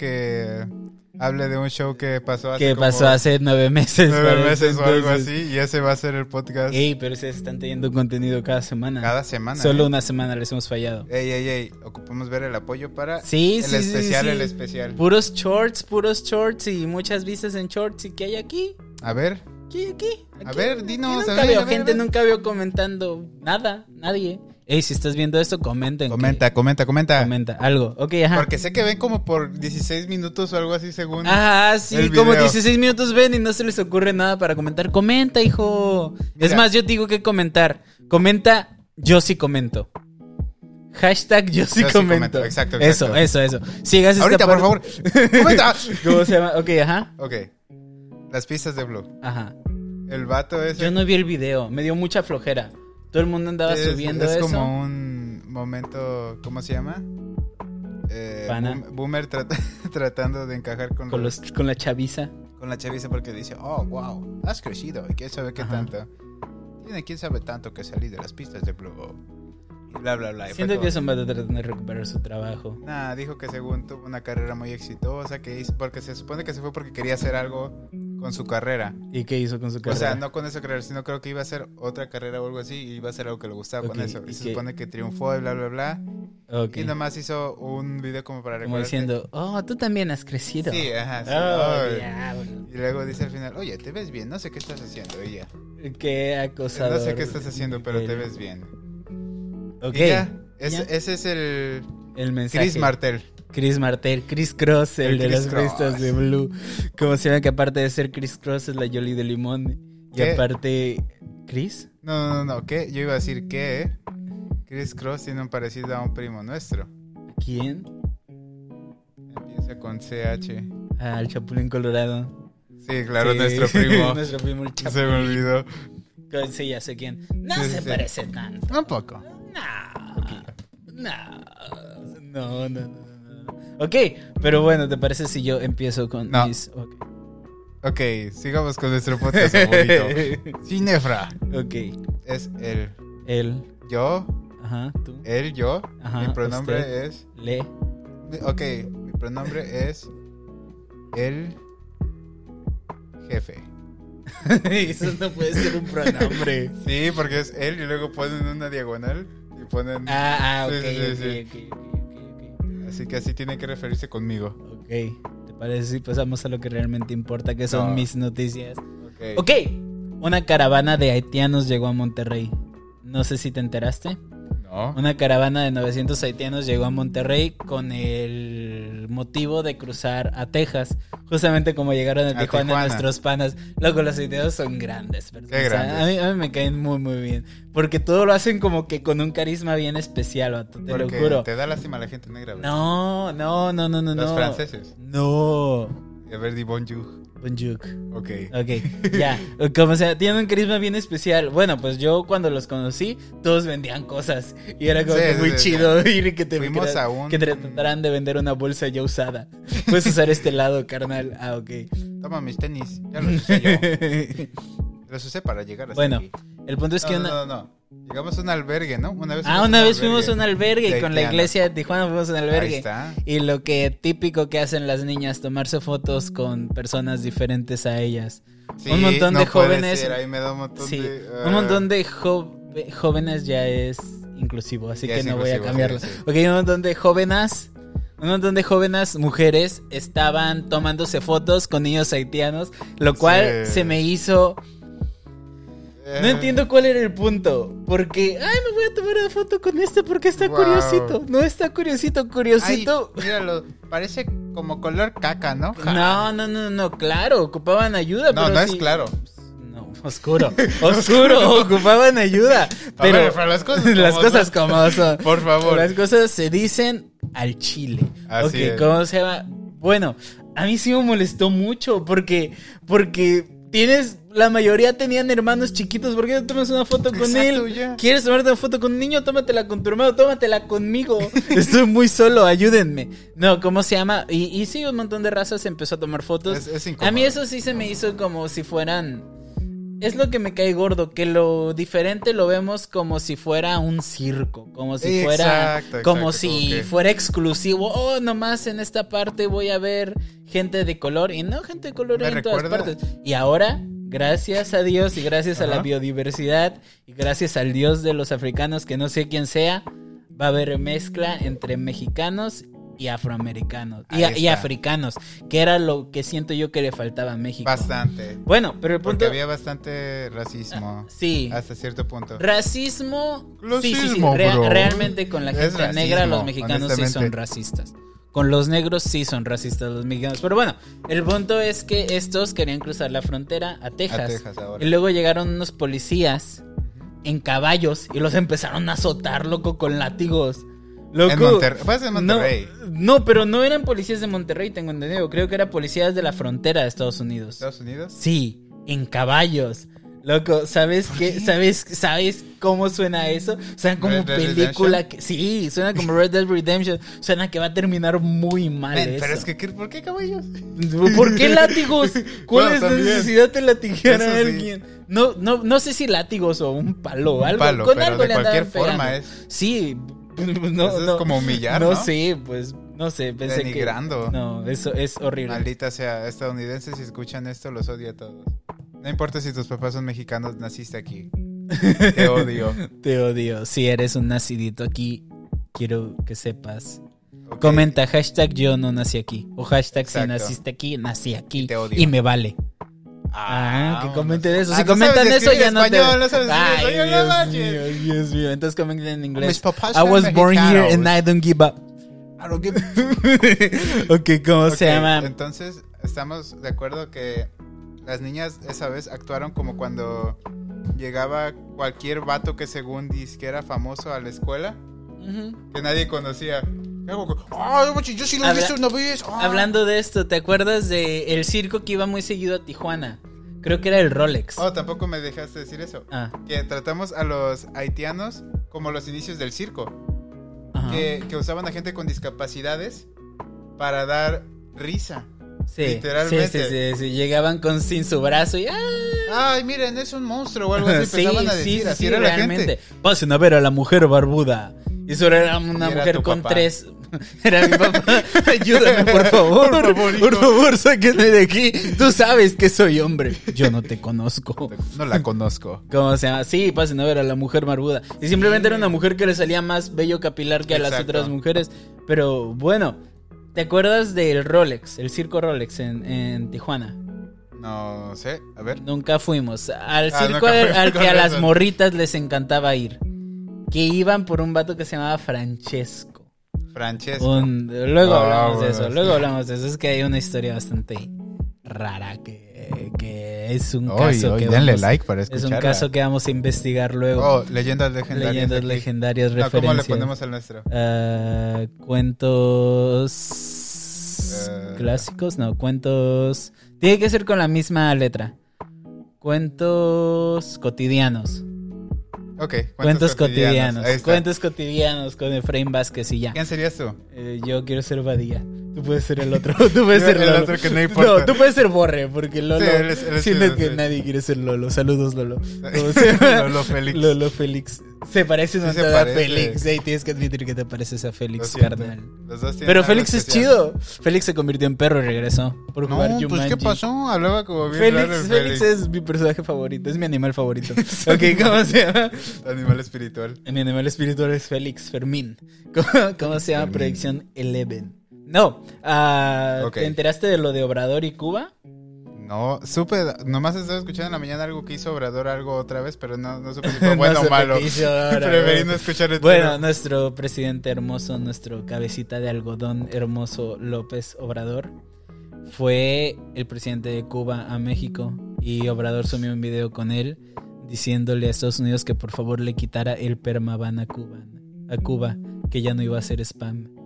Speaker 1: que hable de un show que pasó hace
Speaker 2: Que
Speaker 1: como
Speaker 2: pasó hace nueve meses.
Speaker 1: nueve
Speaker 2: parece,
Speaker 1: meses o algo
Speaker 2: entonces.
Speaker 1: así y ese va a ser el podcast
Speaker 2: Ey, pero ustedes están teniendo contenido cada semana.
Speaker 1: cada semana.
Speaker 2: Solo
Speaker 1: ¿eh?
Speaker 2: una semana les hemos fallado.
Speaker 1: Ey, ey, ey, ocupamos ver el apoyo para
Speaker 2: Sí,
Speaker 1: el
Speaker 2: sí, sí,
Speaker 1: especial,
Speaker 2: sí.
Speaker 1: el especial.
Speaker 2: Puros shorts, puros shorts y muchas vistas en shorts. ¿Y qué hay aquí?
Speaker 1: A ver,
Speaker 2: ¿Qué hay aquí?
Speaker 1: A
Speaker 2: Aquí-
Speaker 1: ver,
Speaker 2: aquí
Speaker 1: dinos, a
Speaker 2: Nunca
Speaker 1: ver,
Speaker 2: veo
Speaker 1: a ver,
Speaker 2: gente,
Speaker 1: a ver.
Speaker 2: nunca veo comentando nada, nadie. Ey, si estás viendo esto, comenten. que-
Speaker 1: comenta, comenta, comenta,
Speaker 2: comenta algo. Ok, ajá.
Speaker 1: Porque sé que ven como por 16 minutos o algo así según.
Speaker 2: Ah, sí,
Speaker 1: el
Speaker 2: como
Speaker 1: video.
Speaker 2: 16 minutos ven y no se les ocurre nada para comentar. Comenta, hijo. Es
Speaker 1: Mira.
Speaker 2: más, yo te digo que comentar. Comenta, yo sí comento. Hashtag yo sí
Speaker 1: Yo sí
Speaker 2: comento.
Speaker 1: comento, exacto, exacto.
Speaker 2: Eso, eso, eso. Sigas esta
Speaker 1: Ahorita, por favor.
Speaker 2: parte.
Speaker 1: comenta.
Speaker 2: ¿Cómo se llama? Ok, ajá.
Speaker 1: Ok. Las pistas de Blue.
Speaker 2: Ajá.
Speaker 1: El vato es.
Speaker 2: Yo no vi el video. Me dio mucha flojera. Todo el mundo andaba
Speaker 1: es,
Speaker 2: subiendo
Speaker 1: es
Speaker 2: eso.
Speaker 1: como un momento. ¿Cómo se llama? Eh,
Speaker 2: Pana.
Speaker 1: boom- boomer trat- tratando de encajar con,
Speaker 2: Con,
Speaker 1: los-
Speaker 2: los, con la chaviza.
Speaker 1: con la chaviza porque dice: Oh, wow, has crecido y quién sabe qué
Speaker 2: Ajá.
Speaker 1: tanto. Tiene quién sabe tanto que salir de las pistas de Blue. Y bla, bla, bla. Y fue
Speaker 2: Siento
Speaker 1: como-
Speaker 2: que eso va a tratar de recuperar su trabajo.
Speaker 1: Nah, dijo que según tuvo una carrera muy exitosa, que hizo, porque se supone que se fue porque quería hacer algo con su carrera.
Speaker 2: ¿Y qué hizo con su
Speaker 1: O
Speaker 2: carrera?
Speaker 1: sea, no con esa carrera, sino creo que iba a hacer otra carrera o algo así y iba a hacer algo que le gustaba
Speaker 2: Ok,
Speaker 1: con eso.
Speaker 2: ¿y
Speaker 1: Y se
Speaker 2: qué?
Speaker 1: supone que triunfó y bla, bla, bla.
Speaker 2: Ok.
Speaker 1: Y nomás hizo un video como para
Speaker 2: Como
Speaker 1: recordar.
Speaker 2: diciendo, oh, tú también has crecido.
Speaker 1: Sí, ajá. sí,
Speaker 2: Oh,
Speaker 1: ay.
Speaker 2: diablo.
Speaker 1: Y luego dice al final, oye, te ves bien, no sé qué estás haciendo, ella.
Speaker 2: Qué acosador.
Speaker 1: No sé qué estás haciendo, pero
Speaker 2: El-
Speaker 1: te ves bien.
Speaker 2: Ok.
Speaker 1: Y ya, es-
Speaker 2: Ya.
Speaker 1: ese es el
Speaker 2: El mensaje.
Speaker 1: Chris Martel.
Speaker 2: Chris Martel, Chris Cross, el,
Speaker 1: El
Speaker 2: de
Speaker 1: Chris
Speaker 2: las
Speaker 1: Cross.
Speaker 2: vistas de Blue. Como se llama que aparte de ser Chris Cross es la Yoli de Limón. Y
Speaker 1: ¿Qué?
Speaker 2: aparte. ¿Chris?
Speaker 1: No, no, no, ¿qué? Yo iba a decir que Chris Cross tiene un parecido a un primo nuestro.
Speaker 2: ¿Quién?
Speaker 1: Empieza con CH.
Speaker 2: Ah, el Chapulín Colorado.
Speaker 1: Sí, claro,
Speaker 2: Sí.
Speaker 1: nuestro primo.
Speaker 2: nuestro primo, el
Speaker 1: Se me
Speaker 2: Chapulín.
Speaker 1: olvidó.
Speaker 2: Sí, ya sé quién. No
Speaker 1: Sí, sí,
Speaker 2: se
Speaker 1: sí.
Speaker 2: parece tanto.
Speaker 1: Un poco.
Speaker 2: No. No, no, no, no. no. Ok, pero bueno, ¿te parece si yo empiezo con
Speaker 1: No.
Speaker 2: mis- ok.
Speaker 1: Ok, sigamos con nuestro podcast favorito. Cinefra.
Speaker 2: ok.
Speaker 1: Es el
Speaker 2: Él.
Speaker 1: yo,
Speaker 2: Ajá, tú.
Speaker 1: él, yo.
Speaker 2: Ajá,
Speaker 1: mi pronombre
Speaker 2: usted.
Speaker 1: es.
Speaker 2: Le.
Speaker 1: Ok, mi pronombre es. El jefe.
Speaker 2: Eso no puede ser un pronombre.
Speaker 1: Sí, porque es él y luego ponen una diagonal y ponen.
Speaker 2: Ah, ah, ok,
Speaker 1: Sí, sí, sí,
Speaker 2: ok, ok,
Speaker 1: Así que así tiene que referirse conmigo.
Speaker 2: ok, ok, ok. Ok, ¿te parece si pasamos a lo que realmente importa, que son
Speaker 1: No.
Speaker 2: mis noticias?
Speaker 1: Ok.
Speaker 2: Ok, una caravana de haitianos llegó a Monterrey. No sé si te enteraste.
Speaker 1: No.
Speaker 2: Una caravana de 900 haitianos llegó a Monterrey con el motivo de cruzar a Texas. Justamente como llegaron a,
Speaker 1: A
Speaker 2: Tijuana,
Speaker 1: Tijuana.
Speaker 2: nuestros panas. Loco, los haitianos son grandes. personas.
Speaker 1: Qué grandes.
Speaker 2: A, mí, a mí me caen muy, muy bien. Porque todo lo hacen como que con un carisma bien especial, vato, te
Speaker 1: Porque
Speaker 2: lo juro.
Speaker 1: te da lástima la gente negra. ¿verdad?
Speaker 2: No, no, no, no, no.
Speaker 1: Los
Speaker 2: no.
Speaker 1: franceses.
Speaker 2: No.
Speaker 1: A ver, di bonjour.
Speaker 2: Bonjour.
Speaker 1: Ok.
Speaker 2: Eh. Ok, ya. Como sea, tienen un carisma bien especial. Bueno, pues yo cuando los conocí, todos vendían cosas. Y era como
Speaker 1: Sí,
Speaker 2: que
Speaker 1: sí,
Speaker 2: muy
Speaker 1: sí,
Speaker 2: chido ir y que te
Speaker 1: Fuimos
Speaker 2: que-
Speaker 1: a un-
Speaker 2: que te trataran de vender una bolsa ya usada. Puedes usar este lado, carnal. Ah, ok.
Speaker 1: Toma mis tenis. Ya los usé yo. Los usé para llegar hasta
Speaker 2: Bueno,
Speaker 1: aquí.
Speaker 2: El punto es
Speaker 1: no,
Speaker 2: que
Speaker 1: no,
Speaker 2: una.
Speaker 1: no, no. Llegamos a un albergue, ¿no? Una vez
Speaker 2: Ah, una vez fuimos a un albergue
Speaker 1: de
Speaker 2: y con la
Speaker 1: haitianos.
Speaker 2: iglesia de Tijuana fuimos a un
Speaker 1: Ahí
Speaker 2: albergue.
Speaker 1: está.
Speaker 2: Y lo que típico que hacen las niñas, tomarse fotos con personas diferentes a ellas.
Speaker 1: Sí,
Speaker 2: Un montón
Speaker 1: no
Speaker 2: de
Speaker 1: puede
Speaker 2: jóvenes-
Speaker 1: ser, ahí me da un montón
Speaker 2: Sí,
Speaker 1: de...
Speaker 2: un
Speaker 1: ah,
Speaker 2: montón de jove- jóvenes ya es inclusivo, así
Speaker 1: Ya
Speaker 2: que
Speaker 1: es
Speaker 2: no voy a
Speaker 1: inclusivo,
Speaker 2: cambiarlo.
Speaker 1: sí, sí.
Speaker 2: Ok, un montón de jóvenes, un montón de jóvenes mujeres estaban tomándose fotos con niños haitianos, lo cual
Speaker 1: Sí.
Speaker 2: se me hizo...
Speaker 1: ah, Eh.
Speaker 2: No entiendo cuál era el punto, porque, ay, me voy a tomar una foto con este porque está
Speaker 1: Wow.
Speaker 2: curiosito, no está curiosito, curiosito.
Speaker 1: míralo, parece como color caca, ¿no? Ja.
Speaker 2: No, no, no, no, claro, ocupaban ayuda.
Speaker 1: no,
Speaker 2: pero
Speaker 1: no es
Speaker 2: sí-
Speaker 1: claro.
Speaker 2: No, oscuro, oscuro, ocupaban ayuda.
Speaker 1: A
Speaker 2: Pero,
Speaker 1: ver, para las cosas como
Speaker 2: las
Speaker 1: son.
Speaker 2: cosas como son.
Speaker 1: Por favor.
Speaker 2: Las cosas se dicen al chile.
Speaker 1: Así
Speaker 2: ok,
Speaker 1: es.
Speaker 2: ¿cómo se llama? Bueno, a mí sí me molestó mucho porque, porque tienes, la mayoría tenían hermanos chiquitos. ¿Por qué no tomas una foto con
Speaker 1: Exacto,
Speaker 2: él?
Speaker 1: ya.
Speaker 2: ¿Quieres tomarte una foto con un niño? Tómatela con tu hermano, tómatela conmigo. Estoy muy solo, ayúdenme. No, ¿cómo se llama? Y, y sí, un montón de razas empezó a tomar fotos.
Speaker 1: Es, es incómodo.
Speaker 2: A mí eso sí se me hizo como si fueran... Es lo que me cae gordo, que lo diferente lo vemos como si fuera un circo, como si fuera...
Speaker 1: Exacto,
Speaker 2: como
Speaker 1: exacto,
Speaker 2: si
Speaker 1: como que-
Speaker 2: fuera exclusivo. Oh, nomás en esta parte voy a ver gente de color. Y no, gente de color
Speaker 1: Me
Speaker 2: en
Speaker 1: recuerda-
Speaker 2: todas partes. Y ahora, gracias a Dios y gracias a la
Speaker 1: Ajá.
Speaker 2: biodiversidad y gracias al Dios de los africanos, que no sé quién sea, va a haber mezcla entre mexicanos y afroamericanos. Y,
Speaker 1: Ahí
Speaker 2: y
Speaker 1: está.
Speaker 2: africanos, que era lo que siento yo que le faltaba a México.
Speaker 1: Bastante.
Speaker 2: Bueno, pero el
Speaker 1: Porque
Speaker 2: punto... Ah,
Speaker 1: había bastante racismo.
Speaker 2: Sí.
Speaker 1: Hasta cierto punto.
Speaker 2: Racismo. sí, sí, sí.
Speaker 1: Clasismo,
Speaker 2: Rea-
Speaker 1: bro.
Speaker 2: realmente con la
Speaker 1: Es
Speaker 2: gente
Speaker 1: racismo,
Speaker 2: negra los mexicanos sí son
Speaker 1: honestamente.
Speaker 2: racistas. Con los negros sí son racistas los mexicanos. Pero bueno, el punto es que estos querían cruzar la frontera a Texas.
Speaker 1: A Texas ahora.
Speaker 2: Y luego llegaron unos policías en caballos y los empezaron a azotar, loco, con látigos. Loco.
Speaker 1: En Monterrey. Vas en Monterrey.
Speaker 2: No, no, pero no eran policías de Monterrey, tengo entendido. Creo que eran policías de la frontera de Estados Unidos.
Speaker 1: Estados Unidos.
Speaker 2: Sí, en caballos. Loco, ¿sabes qué?
Speaker 1: qué?
Speaker 2: ¿Sabes, ¿Sabes cómo suena eso? Suena como
Speaker 1: ¿Red Dead
Speaker 2: película
Speaker 1: Redemption?
Speaker 2: que. Sí, suena como Red Dead Redemption. Suena que va a terminar muy mal.
Speaker 1: Men,
Speaker 2: eso.
Speaker 1: pero es que, ¿qué- ¿por qué caballos?
Speaker 2: ¿Por qué látigos? ¿Cuál
Speaker 1: Bueno,
Speaker 2: es la
Speaker 1: también.
Speaker 2: necesidad de latigar a
Speaker 1: Eso sí.
Speaker 2: alguien? No, no, no sé si látigos o un palo o algo.
Speaker 1: palo,
Speaker 2: con
Speaker 1: pero
Speaker 2: algo de le andaban
Speaker 1: cualquier forma
Speaker 2: pegando.
Speaker 1: es.
Speaker 2: Sí, no,
Speaker 1: Eso es
Speaker 2: no.
Speaker 1: como humillar,
Speaker 2: no,
Speaker 1: ¿no?
Speaker 2: sé, pues, no sé, pensé
Speaker 1: Denigrando.
Speaker 2: que. No, eso es horrible.
Speaker 1: Maldita sea, estadounidenses, si escuchan esto, los odio a todos. No importa si tus papás son mexicanos, naciste aquí. Te odio.
Speaker 2: Te odio. Si eres un nacidito aquí, quiero que sepas.
Speaker 1: Ok.
Speaker 2: Comenta hashtag yo no nací aquí. O hashtag si
Speaker 1: Exacto.
Speaker 2: naciste aquí, nací aquí.
Speaker 1: te odio.
Speaker 2: Y me vale. Ah, que
Speaker 1: vámonos.
Speaker 2: comenten eso.
Speaker 1: Ah,
Speaker 2: Si
Speaker 1: no
Speaker 2: comentan
Speaker 1: sabes
Speaker 2: eso,
Speaker 1: escribir
Speaker 2: ya no te.
Speaker 1: español, no sabes escribir
Speaker 2: Ay,
Speaker 1: español, no manches.
Speaker 2: Dios mío, Dios mío. Entonces comenten en inglés.
Speaker 1: Mis papás
Speaker 2: I
Speaker 1: son
Speaker 2: was born here
Speaker 1: mexicanos.
Speaker 2: and I don't give up.
Speaker 1: I don't give-
Speaker 2: ok, ¿cómo se
Speaker 1: Ok,
Speaker 2: llama?
Speaker 1: Entonces, estamos de acuerdo que las niñas esa vez actuaron como cuando llegaba cualquier vato que según dice que era famoso a la escuela,
Speaker 2: Ujú.
Speaker 1: que nadie conocía. Ah, no manches, yo sí lo
Speaker 2: Habla-
Speaker 1: he visto una vez. ah".
Speaker 2: Hablando de esto, ¿te acuerdas de el circo que iba muy seguido a Tijuana? Creo que era el Rolex.
Speaker 1: Oh, tampoco me dejaste decir eso.
Speaker 2: Ah,
Speaker 1: Que tratamos a los haitianos como los inicios del circo,
Speaker 2: ajá.
Speaker 1: que, que usaban a gente con discapacidades para dar risa.
Speaker 2: Sí,
Speaker 1: literalmente.
Speaker 2: Sí, sí, sí, sí. Llegaban con sin su brazo y ¡ah!
Speaker 1: Ay, miren, es un monstruo o algo así. Empezaban a decir, así era la gente.
Speaker 2: Pasen a ver a la mujer barbuda. Y solo era una
Speaker 1: Y era
Speaker 2: mujer
Speaker 1: tu
Speaker 2: con
Speaker 1: papá.
Speaker 2: tres. Era mi papá. Ayúdame, por favor.
Speaker 1: Por
Speaker 2: Por
Speaker 1: favor,
Speaker 2: favor,
Speaker 1: hijo.
Speaker 2: sáquenme de aquí. Tú sabes que soy hombre. Yo no te conozco.
Speaker 1: No la conozco.
Speaker 2: ¿Cómo se llama? Sí, pasen a ver a la mujer barbuda. Y simplemente
Speaker 1: Sí.
Speaker 2: era una mujer que le salía más bello capilar que a las
Speaker 1: Exacto.
Speaker 2: otras mujeres. Pero bueno, ¿te acuerdas del Rolex? El circo Rolex en, en Tijuana.
Speaker 1: No sé, a ver.
Speaker 2: Nunca fuimos. Al
Speaker 1: Ah,
Speaker 2: circo
Speaker 1: nunca
Speaker 2: al,
Speaker 1: fuimos
Speaker 2: al
Speaker 1: con
Speaker 2: que a las
Speaker 1: razón.
Speaker 2: morritas les encantaba ir. Que iban por un vato que se llamaba Francesco.
Speaker 1: Francesco.
Speaker 2: Un- luego
Speaker 1: Ah,
Speaker 2: hablamos de
Speaker 1: bueno,
Speaker 2: eso,
Speaker 1: sí.
Speaker 2: luego hablamos de eso. Es que hay una historia bastante rara que, que es un
Speaker 1: Oy,
Speaker 2: caso
Speaker 1: oy,
Speaker 2: que
Speaker 1: denle
Speaker 2: vamos-
Speaker 1: like para
Speaker 2: es
Speaker 1: escucharla.
Speaker 2: un caso que vamos a investigar luego.
Speaker 1: Oh, leyendas legendarias.
Speaker 2: leyendas
Speaker 1: aquí.
Speaker 2: legendarias,
Speaker 1: No, ¿Cómo le
Speaker 2: referencias.
Speaker 1: ponemos al nuestro?
Speaker 2: Ah, cuentos
Speaker 1: Eh.
Speaker 2: clásicos, no, cuentos. Tiene que ser con la misma letra. Cuentos cotidianos.
Speaker 1: Ok,
Speaker 2: Cuentos, cotidianos.
Speaker 1: Ahí está.
Speaker 2: Cuentos cotidianos con Efraín Vázquez y ya.
Speaker 1: ¿Quién serías tú?
Speaker 2: Eh, yo quiero ser Badía. Tú puedes ser el otro. Tú puedes
Speaker 1: Yo,
Speaker 2: ser
Speaker 1: el
Speaker 2: Lolo.
Speaker 1: otro que no importa.
Speaker 2: tú puedes ser Borre, porque Lolo.
Speaker 1: Sí, él es- él es
Speaker 2: siento
Speaker 1: el-
Speaker 2: que
Speaker 1: sí.
Speaker 2: nadie quiere ser Lolo. Saludos, Lolo. ¿Cómo se llama?
Speaker 1: Lolo Félix.
Speaker 2: Lolo Félix. Se parece un
Speaker 1: Sí se
Speaker 2: montón a
Speaker 1: parece.
Speaker 2: Félix. Ahí tienes que admitir que te pareces a
Speaker 1: Lo
Speaker 2: Félix,
Speaker 1: siento.
Speaker 2: carnal.
Speaker 1: Los dos tienen
Speaker 2: Pero
Speaker 1: algo
Speaker 2: Félix es
Speaker 1: especial.
Speaker 2: chido. Félix se convirtió en perro y regresó por
Speaker 1: No,
Speaker 2: jugar
Speaker 1: pues
Speaker 2: Jumanji.
Speaker 1: ¿qué pasó? Hablaba como bien
Speaker 2: Félix,
Speaker 1: raro el
Speaker 2: Félix es mi personaje favorito, es mi animal favorito. ok, ¿cómo se llama?
Speaker 1: Animal espiritual.
Speaker 2: Mi animal espiritual es Félix Fermín. ¿Cómo, cómo se llama?
Speaker 1: Fermín.
Speaker 2: Proyección Eleven. No, ah,
Speaker 1: Ok.
Speaker 2: ¿te enteraste de lo de Obrador y Cuba?
Speaker 1: No, supe, nomás estaba escuchando en la mañana algo que hizo Obrador algo otra vez, pero no, no supe si fue
Speaker 2: No
Speaker 1: bueno
Speaker 2: sé
Speaker 1: o malo.
Speaker 2: qué hizo ahora,
Speaker 1: Preferí
Speaker 2: ¿no?
Speaker 1: no escuchar el
Speaker 2: Bueno,
Speaker 1: tiro.
Speaker 2: nuestro presidente hermoso, nuestro cabecita de algodón hermoso López Obrador, fue el presidente de Cuba a México y Obrador sumió un video con él diciéndole a Estados Unidos que por favor le quitara el permaban a Cuba, a Cuba, que ya no iba a ser spam,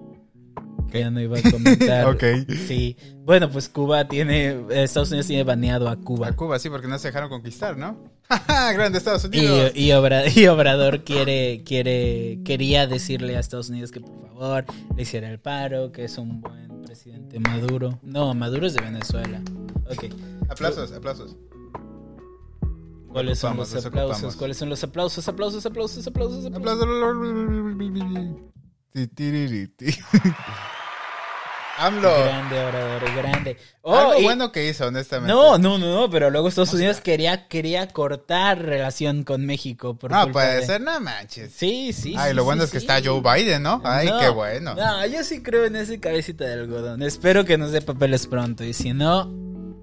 Speaker 2: que ya no iba a comentar.
Speaker 1: Ok.
Speaker 2: Sí, bueno, pues Cuba tiene, Estados Unidos tiene baneado a Cuba.
Speaker 1: A Cuba, sí, porque no se dejaron conquistar, ¿no? ¡Ja, ja! grande Estados
Speaker 2: Y, eh,
Speaker 1: Unidos!
Speaker 2: y Obra- y Obrador quiere, quiere, quería decirle a Estados Unidos que por favor le hiciera el paro, que es un buen presidente Maduro. No, Maduro es de Venezuela. Ok,
Speaker 1: Aplausos, aplausos.
Speaker 2: ¿cuáles son los
Speaker 1: Ocupamos, los
Speaker 2: aplausos?
Speaker 1: ocupamos.
Speaker 2: ¿Cuáles son los aplausos? Aplausos, aplausos, aplausos, aplausos.
Speaker 1: Aplausos. Ti, ti, ti, ti. AMLO.
Speaker 2: Grande, Obrador, grande. Oh,
Speaker 1: Algo
Speaker 2: y-
Speaker 1: bueno que hizo, honestamente.
Speaker 2: No, no, no, no, pero luego Estados Unidos quería, quería cortar relación con México. Por
Speaker 1: No
Speaker 2: culpa
Speaker 1: puede
Speaker 2: de-
Speaker 1: ser, no manches.
Speaker 2: Sí, sí.
Speaker 1: Ay,
Speaker 2: sí,
Speaker 1: Ah, lo
Speaker 2: sí,
Speaker 1: bueno es que
Speaker 2: sí.
Speaker 1: está Joe Biden, ¿no? Ay,
Speaker 2: No,
Speaker 1: qué bueno.
Speaker 2: No, yo sí creo en ese cabecita de algodón. Espero que nos dé papeles pronto. Y si no,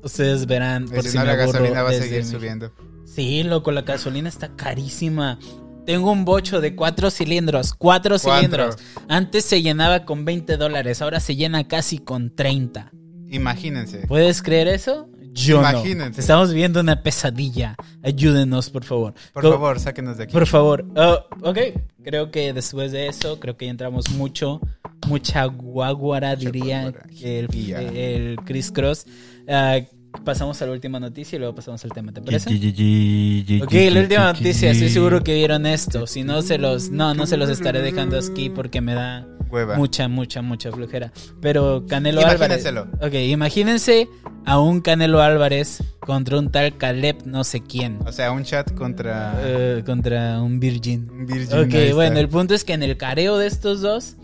Speaker 2: ustedes verán.
Speaker 1: Y
Speaker 2: Por
Speaker 1: si
Speaker 2: si
Speaker 1: no,
Speaker 2: me
Speaker 1: la
Speaker 2: aburro
Speaker 1: gasolina va a
Speaker 2: desde
Speaker 1: seguir
Speaker 2: mi-
Speaker 1: subiendo.
Speaker 2: Sí, loco, la gasolina está carísima. Tengo un bocho de cuatro cilindros. Cuatro,
Speaker 1: Cuatro.
Speaker 2: cilindros. Antes se llenaba con 20 dólares. Ahora se llena casi con 30.
Speaker 1: Imagínense.
Speaker 2: ¿Puedes creer eso? Yo
Speaker 1: Imagínense.
Speaker 2: no. Estamos viendo una pesadilla. Ayúdenos, por favor.
Speaker 1: Por
Speaker 2: Co-
Speaker 1: favor, sáquenos de aquí.
Speaker 2: por favor. Ah, ok, creo que después de eso, creo que ya entramos mucho, mucha guaguara,
Speaker 1: Mucha
Speaker 2: diría
Speaker 1: guaguara.
Speaker 2: el,
Speaker 1: Ya.
Speaker 2: el Chris Cross. Ah, pasamos a la última noticia y luego pasamos al tema, ¿te parece? Ok, la última noticia, estoy seguro que vieron esto. Si no se los, no, no se los estaré dejando aquí porque me da
Speaker 1: Hueva.
Speaker 2: mucha, mucha, mucha flojera. Pero Canelo
Speaker 1: Imagínenselo.
Speaker 2: Álvarez. Ok, imagínense a un Canelo Álvarez contra un tal Caleb no sé quién.
Speaker 1: O sea, un chat contra
Speaker 2: Eh, contra un Virgin.
Speaker 1: un virgin. este.
Speaker 2: Ok,
Speaker 1: ahí está.
Speaker 2: bueno, el punto es que en el careo de estos dos,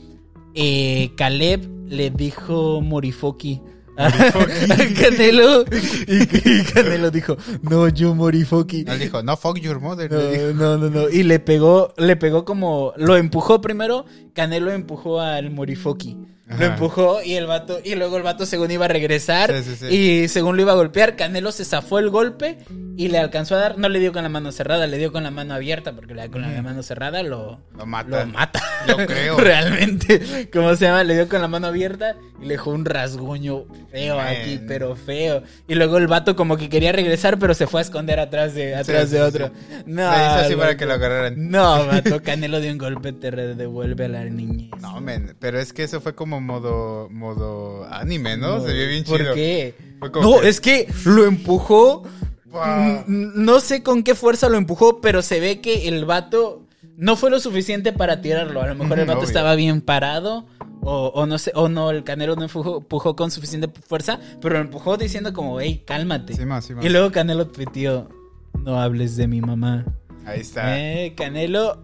Speaker 2: eh, Caleb le dijo Morifoki. A Canelo y, y Canelo dijo no yo Morifoki
Speaker 1: Él dijo,
Speaker 2: Eh,
Speaker 1: no, fuck your mother. le dijo.
Speaker 2: no, no no no y le pegó le pegó como lo empujó primero Canelo empujó al Morifoki. Lo
Speaker 1: Ajá.
Speaker 2: empujó y el vato, y luego el vato según iba a regresar
Speaker 1: Sí, sí, sí.
Speaker 2: y según lo iba a golpear, Canelo se zafó el golpe y le alcanzó a dar, no le dio con la mano cerrada, le dio con la mano abierta porque la- con la
Speaker 1: Ujú.
Speaker 2: mano cerrada lo,
Speaker 1: Lo mata.
Speaker 2: lo mata.
Speaker 1: Yo creo.
Speaker 2: Realmente. ¿Cómo se llama? Le dio con la mano abierta y le dejó un rasguño feo
Speaker 1: Man.
Speaker 2: aquí, pero feo. Y luego el vato como que quería regresar, pero se fue a esconder atrás de, atrás
Speaker 1: sí,
Speaker 2: de
Speaker 1: sí,
Speaker 2: otro. No.
Speaker 1: Le hizo así para
Speaker 2: loco.
Speaker 1: que lo agarraran.
Speaker 2: No, vato, Canelo de un golpe te re- devuelve a la niñez.
Speaker 1: No, men, pero es que eso fue como modo modo anime, ¿no?
Speaker 2: No,
Speaker 1: Se vio bien
Speaker 2: ¿Por
Speaker 1: chido.
Speaker 2: qué?
Speaker 1: Fue como
Speaker 2: No,
Speaker 1: que-
Speaker 2: es que lo empujó.
Speaker 1: Buah.
Speaker 2: n- n- No sé con qué fuerza lo empujó, pero se ve que el vato no fue lo suficiente para tirarlo. A lo mejor el
Speaker 1: Ujú,
Speaker 2: vato
Speaker 1: obvio.
Speaker 2: estaba bien parado. O, o no sé, o no, el Canelo no empujó, empujó con suficiente fuerza, pero lo empujó diciendo como, hey, cálmate.
Speaker 1: Sí, ma, sí, ma.
Speaker 2: y luego Canelo tuiteó, no hables de mi mamá.
Speaker 1: Ahí está.
Speaker 2: Eh, Canelo,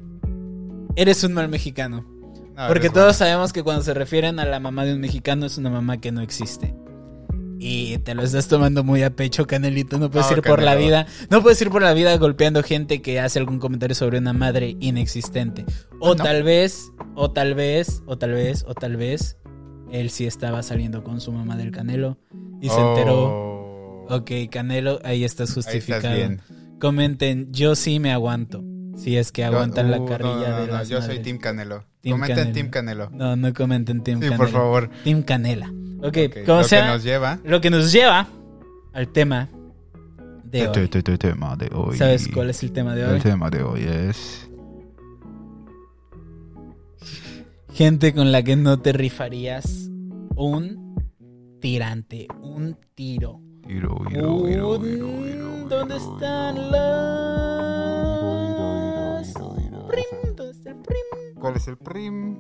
Speaker 2: eres un mal mexicano.
Speaker 1: No,
Speaker 2: Porque
Speaker 1: eres bueno.
Speaker 2: todos sabemos que cuando se refieren a la mamá de un mexicano es una mamá que no existe. Y te lo estás tomando muy a pecho, Canelito. No puedes
Speaker 1: No,
Speaker 2: ir por la
Speaker 1: Canelo.
Speaker 2: vida. No puedes ir por la vida golpeando gente que hace algún comentario sobre una madre inexistente. O
Speaker 1: No.
Speaker 2: tal vez, o tal vez, o tal vez, o tal vez, él sí estaba saliendo con su mamá del Canelo. Y se enteró.
Speaker 1: Oh.
Speaker 2: Ok, Canelo, ahí estás
Speaker 1: Ahí estás
Speaker 2: justificado.
Speaker 1: bien.
Speaker 2: Comenten, yo sí me aguanto. Si es que
Speaker 1: Yo-
Speaker 2: aguantan
Speaker 1: uh,
Speaker 2: la
Speaker 1: no,
Speaker 2: carrilla
Speaker 1: no,
Speaker 2: de
Speaker 1: no,
Speaker 2: las
Speaker 1: Yo soy
Speaker 2: madres.
Speaker 1: Team Canelo.
Speaker 2: Team
Speaker 1: Comenten
Speaker 2: Canelo.
Speaker 1: Team Canelo.
Speaker 2: No, no comenten Team
Speaker 1: Sí,
Speaker 2: Canela.
Speaker 1: por favor.
Speaker 2: Team Canela. Ok,
Speaker 1: Ok,
Speaker 2: como
Speaker 1: Lo
Speaker 2: sea,
Speaker 1: que nos lleva.
Speaker 2: lo que nos lleva al tema de hoy.
Speaker 3: El Este, tema de hoy.
Speaker 2: ¿Sabes cuál es el tema de hoy?
Speaker 3: El tema de hoy es.
Speaker 2: Gente con la que no te rifarías un tirante, un tiro.
Speaker 3: Iro, iro, iro,
Speaker 2: Un-
Speaker 3: iro, iro,
Speaker 2: ¿Dónde
Speaker 3: iro,
Speaker 2: están
Speaker 3: iro.
Speaker 2: las...
Speaker 3: Iro, iro, iro, iro.
Speaker 2: prim? ¿Dónde está el prim?
Speaker 1: ¿Cuál es el prim?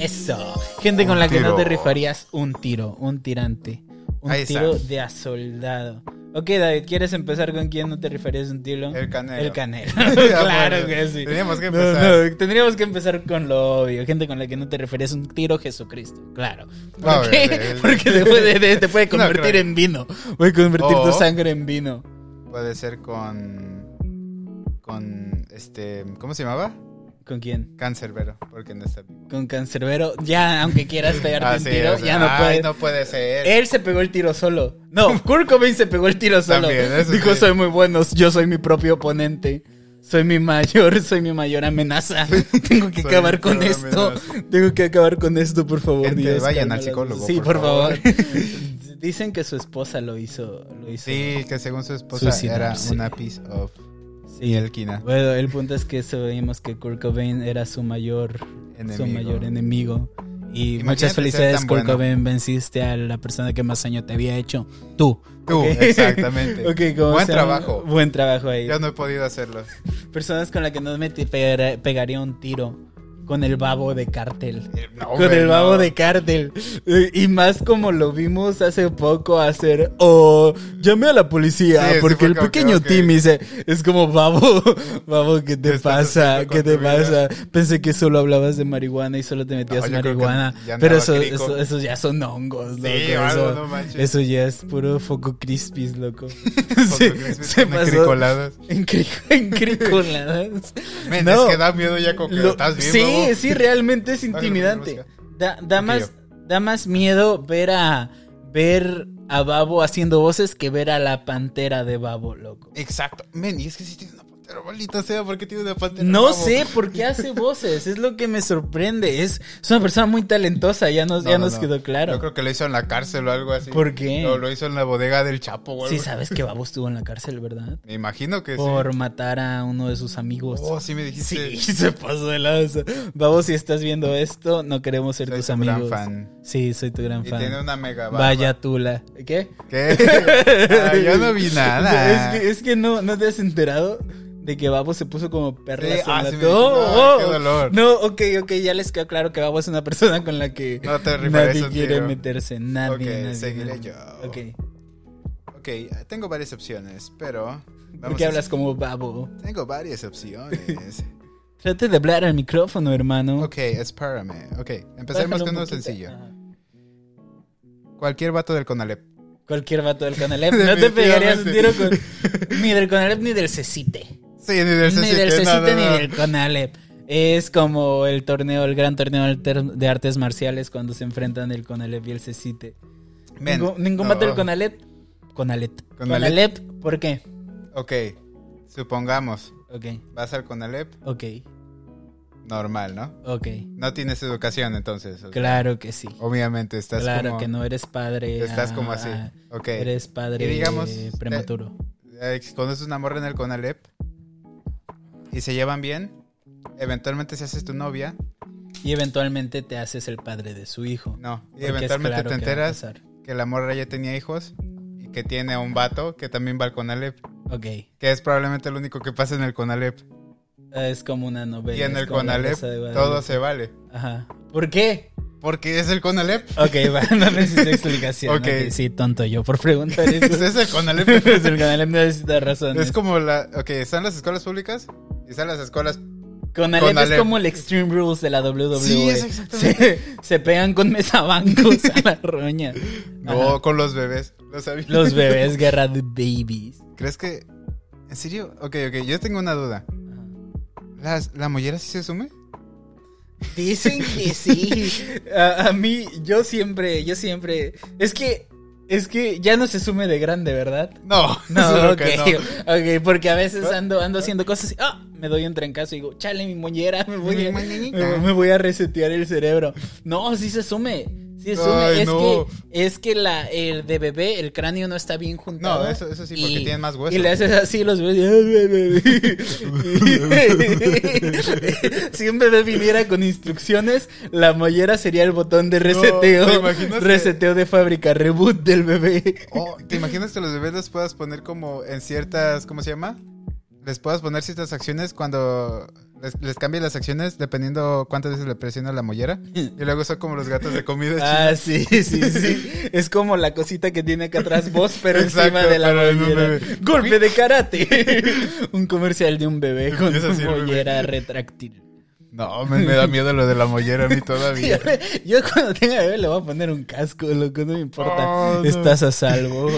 Speaker 2: Eso. Gente con
Speaker 3: Un
Speaker 2: la que no te
Speaker 3: tiro.
Speaker 2: rifarías un tiro, un tirante. Un
Speaker 1: Ahí está.
Speaker 2: tiro de a soldado. Ok, David, ¿quieres empezar con quién no te rifarías un tiro?
Speaker 1: El Canelo.
Speaker 2: El Canelo.
Speaker 1: Ya,
Speaker 2: claro
Speaker 1: bueno,
Speaker 2: que sí.
Speaker 1: Teníamos que
Speaker 2: No,
Speaker 1: empezar.
Speaker 2: no, tendríamos que empezar con lo obvio. Gente con la que no te rifarías un tiro, Jesucristo. Claro. ¿Por
Speaker 1: Obvio,
Speaker 2: qué?
Speaker 1: sí, sí.
Speaker 2: Porque te puede, te- te puede
Speaker 1: No,
Speaker 2: convertir
Speaker 1: claro.
Speaker 2: en vino. Puede convertir tu
Speaker 1: O-
Speaker 2: sangre en vino.
Speaker 1: Puede ser con. Con. Este. ¿Cómo se llamaba?
Speaker 2: ¿Con quién?
Speaker 1: Cancerbero. Porque no está vivo.
Speaker 2: Con Cancerbero. Ya, aunque quieras pegarte
Speaker 1: Ah,
Speaker 2: un
Speaker 1: sí,
Speaker 2: tiro,
Speaker 1: o sea,
Speaker 2: ya no Eh.
Speaker 1: ay,
Speaker 2: puedes.
Speaker 1: no puede ser.
Speaker 2: Él se pegó el tiro solo. No, Kurt Cobain se pegó el tiro solo.
Speaker 1: También, eso
Speaker 2: Dijo,
Speaker 1: sí.
Speaker 2: soy muy bueno, yo soy mi propio oponente. Soy mi mayor, soy mi mayor amenaza. Tengo que
Speaker 1: Soy
Speaker 2: acabar
Speaker 1: mi
Speaker 2: con
Speaker 1: peor
Speaker 2: esto.
Speaker 1: amenaza.
Speaker 2: Tengo que acabar con esto, por favor.
Speaker 1: Gente,
Speaker 2: Dios,
Speaker 1: vayan
Speaker 2: calma
Speaker 1: al
Speaker 2: la-
Speaker 1: psicólogo,
Speaker 2: Sí,
Speaker 1: por
Speaker 2: por favor.
Speaker 1: favor.
Speaker 2: Dicen que su esposa lo hizo. Lo hizo.
Speaker 1: Sí, que según su esposa
Speaker 2: Suicidarse.
Speaker 1: era una piece of
Speaker 2: Sí.
Speaker 1: Elquina.
Speaker 2: Bueno, el punto es que sabíamos que Kurt Cobain era su mayor
Speaker 1: Enemigo.
Speaker 2: su mayor enemigo. Y
Speaker 1: Imagínate
Speaker 2: muchas
Speaker 1: ser
Speaker 2: felicidades,
Speaker 1: tan
Speaker 2: Kurt
Speaker 1: bueno.
Speaker 2: Cobain. Venciste a la persona que más daño te había hecho. Tú.
Speaker 1: Tú,
Speaker 2: Ok.
Speaker 1: exactamente.
Speaker 2: Ok, ¿cómo
Speaker 1: Buen
Speaker 2: se llama?
Speaker 1: trabajo.
Speaker 2: Buen trabajo ahí.
Speaker 1: Yo no he podido hacerlo.
Speaker 2: Personas con las que no me te pegara- pegaría un tiro. Con el babo de cartel.
Speaker 1: Eh, no,
Speaker 2: con
Speaker 1: güey,
Speaker 2: el babo
Speaker 1: no.
Speaker 2: de cartel. Eh, Y más como lo vimos hace poco hacer. O llamé a la policía
Speaker 1: Sí, sí,
Speaker 2: porque
Speaker 1: fue
Speaker 2: el
Speaker 1: como que,
Speaker 2: pequeño
Speaker 1: ok.
Speaker 2: Timmy se- es como babo. Babo, ¿qué te
Speaker 1: ¿Qué estás
Speaker 2: pasa?
Speaker 1: haciendo
Speaker 2: ¿Qué
Speaker 1: con
Speaker 2: te
Speaker 1: tu vida?
Speaker 2: pasa? Pensé que solo hablabas de marihuana y solo te
Speaker 1: No,
Speaker 2: metías
Speaker 1: yo creo que
Speaker 2: marihuana.
Speaker 1: ya andaba
Speaker 2: Pero eso,
Speaker 1: crico.
Speaker 2: eso, eso ya son hongos,
Speaker 1: Sí,
Speaker 2: loco,
Speaker 1: o algo,
Speaker 2: eso-
Speaker 1: no manches.
Speaker 2: eso ya es puro foco crispis, loco.
Speaker 1: Con
Speaker 2: Sí,
Speaker 1: tus
Speaker 2: se
Speaker 1: con
Speaker 2: pasó.
Speaker 1: cricoladas.
Speaker 2: En, cri- en cricoladas.
Speaker 1: Men,
Speaker 2: No.
Speaker 1: es que da miedo ya con que
Speaker 2: Lo-
Speaker 1: estás bien,
Speaker 2: sí,
Speaker 1: babo.
Speaker 2: sí, realmente es
Speaker 1: Bájale,
Speaker 2: intimidante.
Speaker 1: bájale,
Speaker 2: Da, da
Speaker 1: Ok,
Speaker 2: más, da más miedo ver a ver a Babo haciendo voces que ver a la pantera de Babo, loco.
Speaker 1: Exacto. Men, y es que si tiene una pantera, maldita sea, ¿por qué tiene una pantera?
Speaker 2: No
Speaker 1: babo?
Speaker 2: sé por qué hace voces, es lo que me sorprende. Es, es una persona muy talentosa, ya nos,
Speaker 1: No,
Speaker 2: ya
Speaker 1: no,
Speaker 2: nos
Speaker 1: no.
Speaker 2: quedó claro.
Speaker 1: Yo creo que lo hizo en la cárcel o algo así.
Speaker 2: ¿Por qué?
Speaker 1: No, lo hizo en la bodega del Chapo o algo.
Speaker 2: Sí, sabes que Babo estuvo en la cárcel, ¿verdad?
Speaker 1: Me imagino que
Speaker 2: Por matar a uno de sus amigos.
Speaker 1: sí. Oh, sí me dijiste.
Speaker 2: Sí, se pasó de lanza. Babo, si estás viendo esto, no queremos ser
Speaker 1: Soy
Speaker 2: tus
Speaker 1: tu gran
Speaker 2: amigos.
Speaker 1: fan.
Speaker 2: Sí, soy tu gran
Speaker 1: y
Speaker 2: fan.
Speaker 1: tiene una mega barba.
Speaker 2: Vaya tula. ¿Qué?
Speaker 1: ¿Qué? Ah, yo no vi nada.
Speaker 2: Es que, es que no, no te has enterado de que Babo se puso como perla.
Speaker 1: Sí, ah,
Speaker 2: sola.
Speaker 1: sí me dijo,
Speaker 2: Oh,
Speaker 1: ay, qué
Speaker 2: oh.
Speaker 1: dolor.
Speaker 2: No, ok, ok, ya les quedó claro que Babo es una persona con la que
Speaker 1: No te rifarás
Speaker 2: nadie
Speaker 1: un
Speaker 2: quiere
Speaker 1: tiro.
Speaker 2: meterse. Nadie.
Speaker 1: Ok,
Speaker 2: nadie,
Speaker 1: seguiré
Speaker 2: nadie.
Speaker 1: yo.
Speaker 2: Ok.
Speaker 1: Ok, tengo varias opciones, pero. vamos
Speaker 2: ¿Por qué
Speaker 1: a-
Speaker 2: hablas como Babo?
Speaker 1: Tengo varias opciones.
Speaker 2: Trate de hablar al micrófono, hermano.
Speaker 1: ok, pues espérame. Ok, empecemos
Speaker 2: Bájale
Speaker 1: con
Speaker 2: un
Speaker 1: uno
Speaker 2: poquito.
Speaker 1: sencillo.
Speaker 2: Ajá.
Speaker 1: Cualquier vato del Conalep.
Speaker 2: Cualquier vato del Conalep. No te pegarías un tiro con.
Speaker 1: Definitivamente.
Speaker 2: Ni del Conalep ni del Cecite.
Speaker 1: Sí, ni del
Speaker 2: Ni
Speaker 1: CCT,
Speaker 2: del
Speaker 1: no,
Speaker 2: Cecite
Speaker 1: no,
Speaker 2: ni
Speaker 1: no.
Speaker 2: del Conalep. Es como el torneo, el gran torneo alter- de artes marciales cuando se enfrentan el Conalep y el Cecite.
Speaker 1: Men,
Speaker 2: Ningún, ningún
Speaker 1: no.
Speaker 2: vato del Conalep. Conalet.
Speaker 1: Conalep.
Speaker 2: Conalep, ¿por qué?
Speaker 1: Ok, supongamos,
Speaker 2: Ok,
Speaker 1: vas al Conalep,
Speaker 2: ok,
Speaker 1: normal, ¿no?
Speaker 2: ok.
Speaker 1: No tienes educación entonces. o sea,
Speaker 2: Claro que sí.
Speaker 1: Obviamente estás
Speaker 2: Claro
Speaker 1: como...
Speaker 2: que no eres padre.
Speaker 1: Estás como
Speaker 2: ah,
Speaker 1: así.
Speaker 2: ah,
Speaker 1: Ok.
Speaker 2: Eres padre
Speaker 1: Y digamos,
Speaker 2: eh,
Speaker 1: te-
Speaker 2: prematuro.
Speaker 1: Eh, Conoces una morra en el Conalep y se llevan bien. Eventualmente se haces tu novia.
Speaker 2: Y eventualmente te haces el padre de su hijo.
Speaker 1: No. Y
Speaker 2: Porque es
Speaker 1: eventualmente te
Speaker 2: claro que va a
Speaker 1: enteras
Speaker 2: pasar.
Speaker 1: que la morra ya tenía hijos y que tiene a un vato que también va al Conalep,
Speaker 2: Ok.
Speaker 1: que es probablemente lo único que pasa en el Conalep.
Speaker 2: Es como una novela.
Speaker 1: y en
Speaker 2: es
Speaker 1: el
Speaker 2: como La
Speaker 1: Conalep
Speaker 2: Rosa de Guadalupe.
Speaker 1: todo se vale.
Speaker 2: Ajá. ¿Por qué?
Speaker 1: Porque es el Conalep.
Speaker 2: Ok, va, no necesito explicación.
Speaker 1: Ok.
Speaker 2: ok, Sí, tonto yo por preguntar
Speaker 1: Ese
Speaker 2: eso.
Speaker 1: es el Conalep.
Speaker 2: Pues el Conalep no necesita razones.
Speaker 1: es como la... Ok, están las escuelas públicas y están las escuelas...
Speaker 2: Conalep,
Speaker 1: Conalep.
Speaker 2: es como el Extreme Rules de la WWE.
Speaker 1: Sí, es exactamente.
Speaker 2: se, se pegan con mesabancos a la roña.
Speaker 1: No,
Speaker 2: Ajá.
Speaker 1: con los bebés. Lo sabía.
Speaker 2: Los bebés, guerra de babies.
Speaker 1: ¿Crees que... ¿En serio? Ok, ok, yo tengo una duda. ¿Las- ¿La mollera sí se sume?
Speaker 2: Dicen que sí. A, a mí, yo siempre, yo siempre. Es que, es que ya no se sume de grande, ¿verdad?
Speaker 1: No,
Speaker 2: No,
Speaker 1: seguro
Speaker 2: ok,
Speaker 1: que
Speaker 2: ok, porque a veces ando, ando haciendo cosas y ¡ah! me doy un trancazo y digo, chale mi moñera, me voy a, me, me voy a resetear el cerebro. No, sí se sume, sí se sume.
Speaker 1: Ay,
Speaker 2: es,
Speaker 1: no.
Speaker 2: que, es que la, el de bebé, el cráneo no está bien juntado.
Speaker 1: No, eso- eso sí, porque tienen más hueso.
Speaker 2: Y "Ah, le haces así los bebés. y- si un bebé viniera con instrucciones, la mollera sería el botón de reseteo.
Speaker 1: ¿te imaginas que-
Speaker 2: reseteo de fábrica, reboot del bebé.
Speaker 1: Oh, ¿Te imaginas que los bebés les puedas poner como en ciertas, ¿cómo se llama? Les puedas poner ciertas acciones cuando les, les cambian las acciones dependiendo cuántas veces le presiona la mollera. Y luego son como los gatos de comida. china.
Speaker 2: Ah, sí, sí, sí. Es como la cosita que tiene acá atrás vos, pero
Speaker 1: Exacto,
Speaker 2: encima de la
Speaker 1: pero en un
Speaker 2: mollera.
Speaker 1: bebé.
Speaker 2: Golpe de karate. un comercial de un bebé con
Speaker 1: Empieza así
Speaker 2: una
Speaker 1: el bebé.
Speaker 2: mollera retráctil.
Speaker 1: No, me, me da miedo lo de la mollera a mí
Speaker 2: Yo,
Speaker 1: todavía.
Speaker 2: yo cuando tenga bebé le voy a poner un casco, loco, no me importa.
Speaker 1: Oh, no.
Speaker 2: Estás a salvo.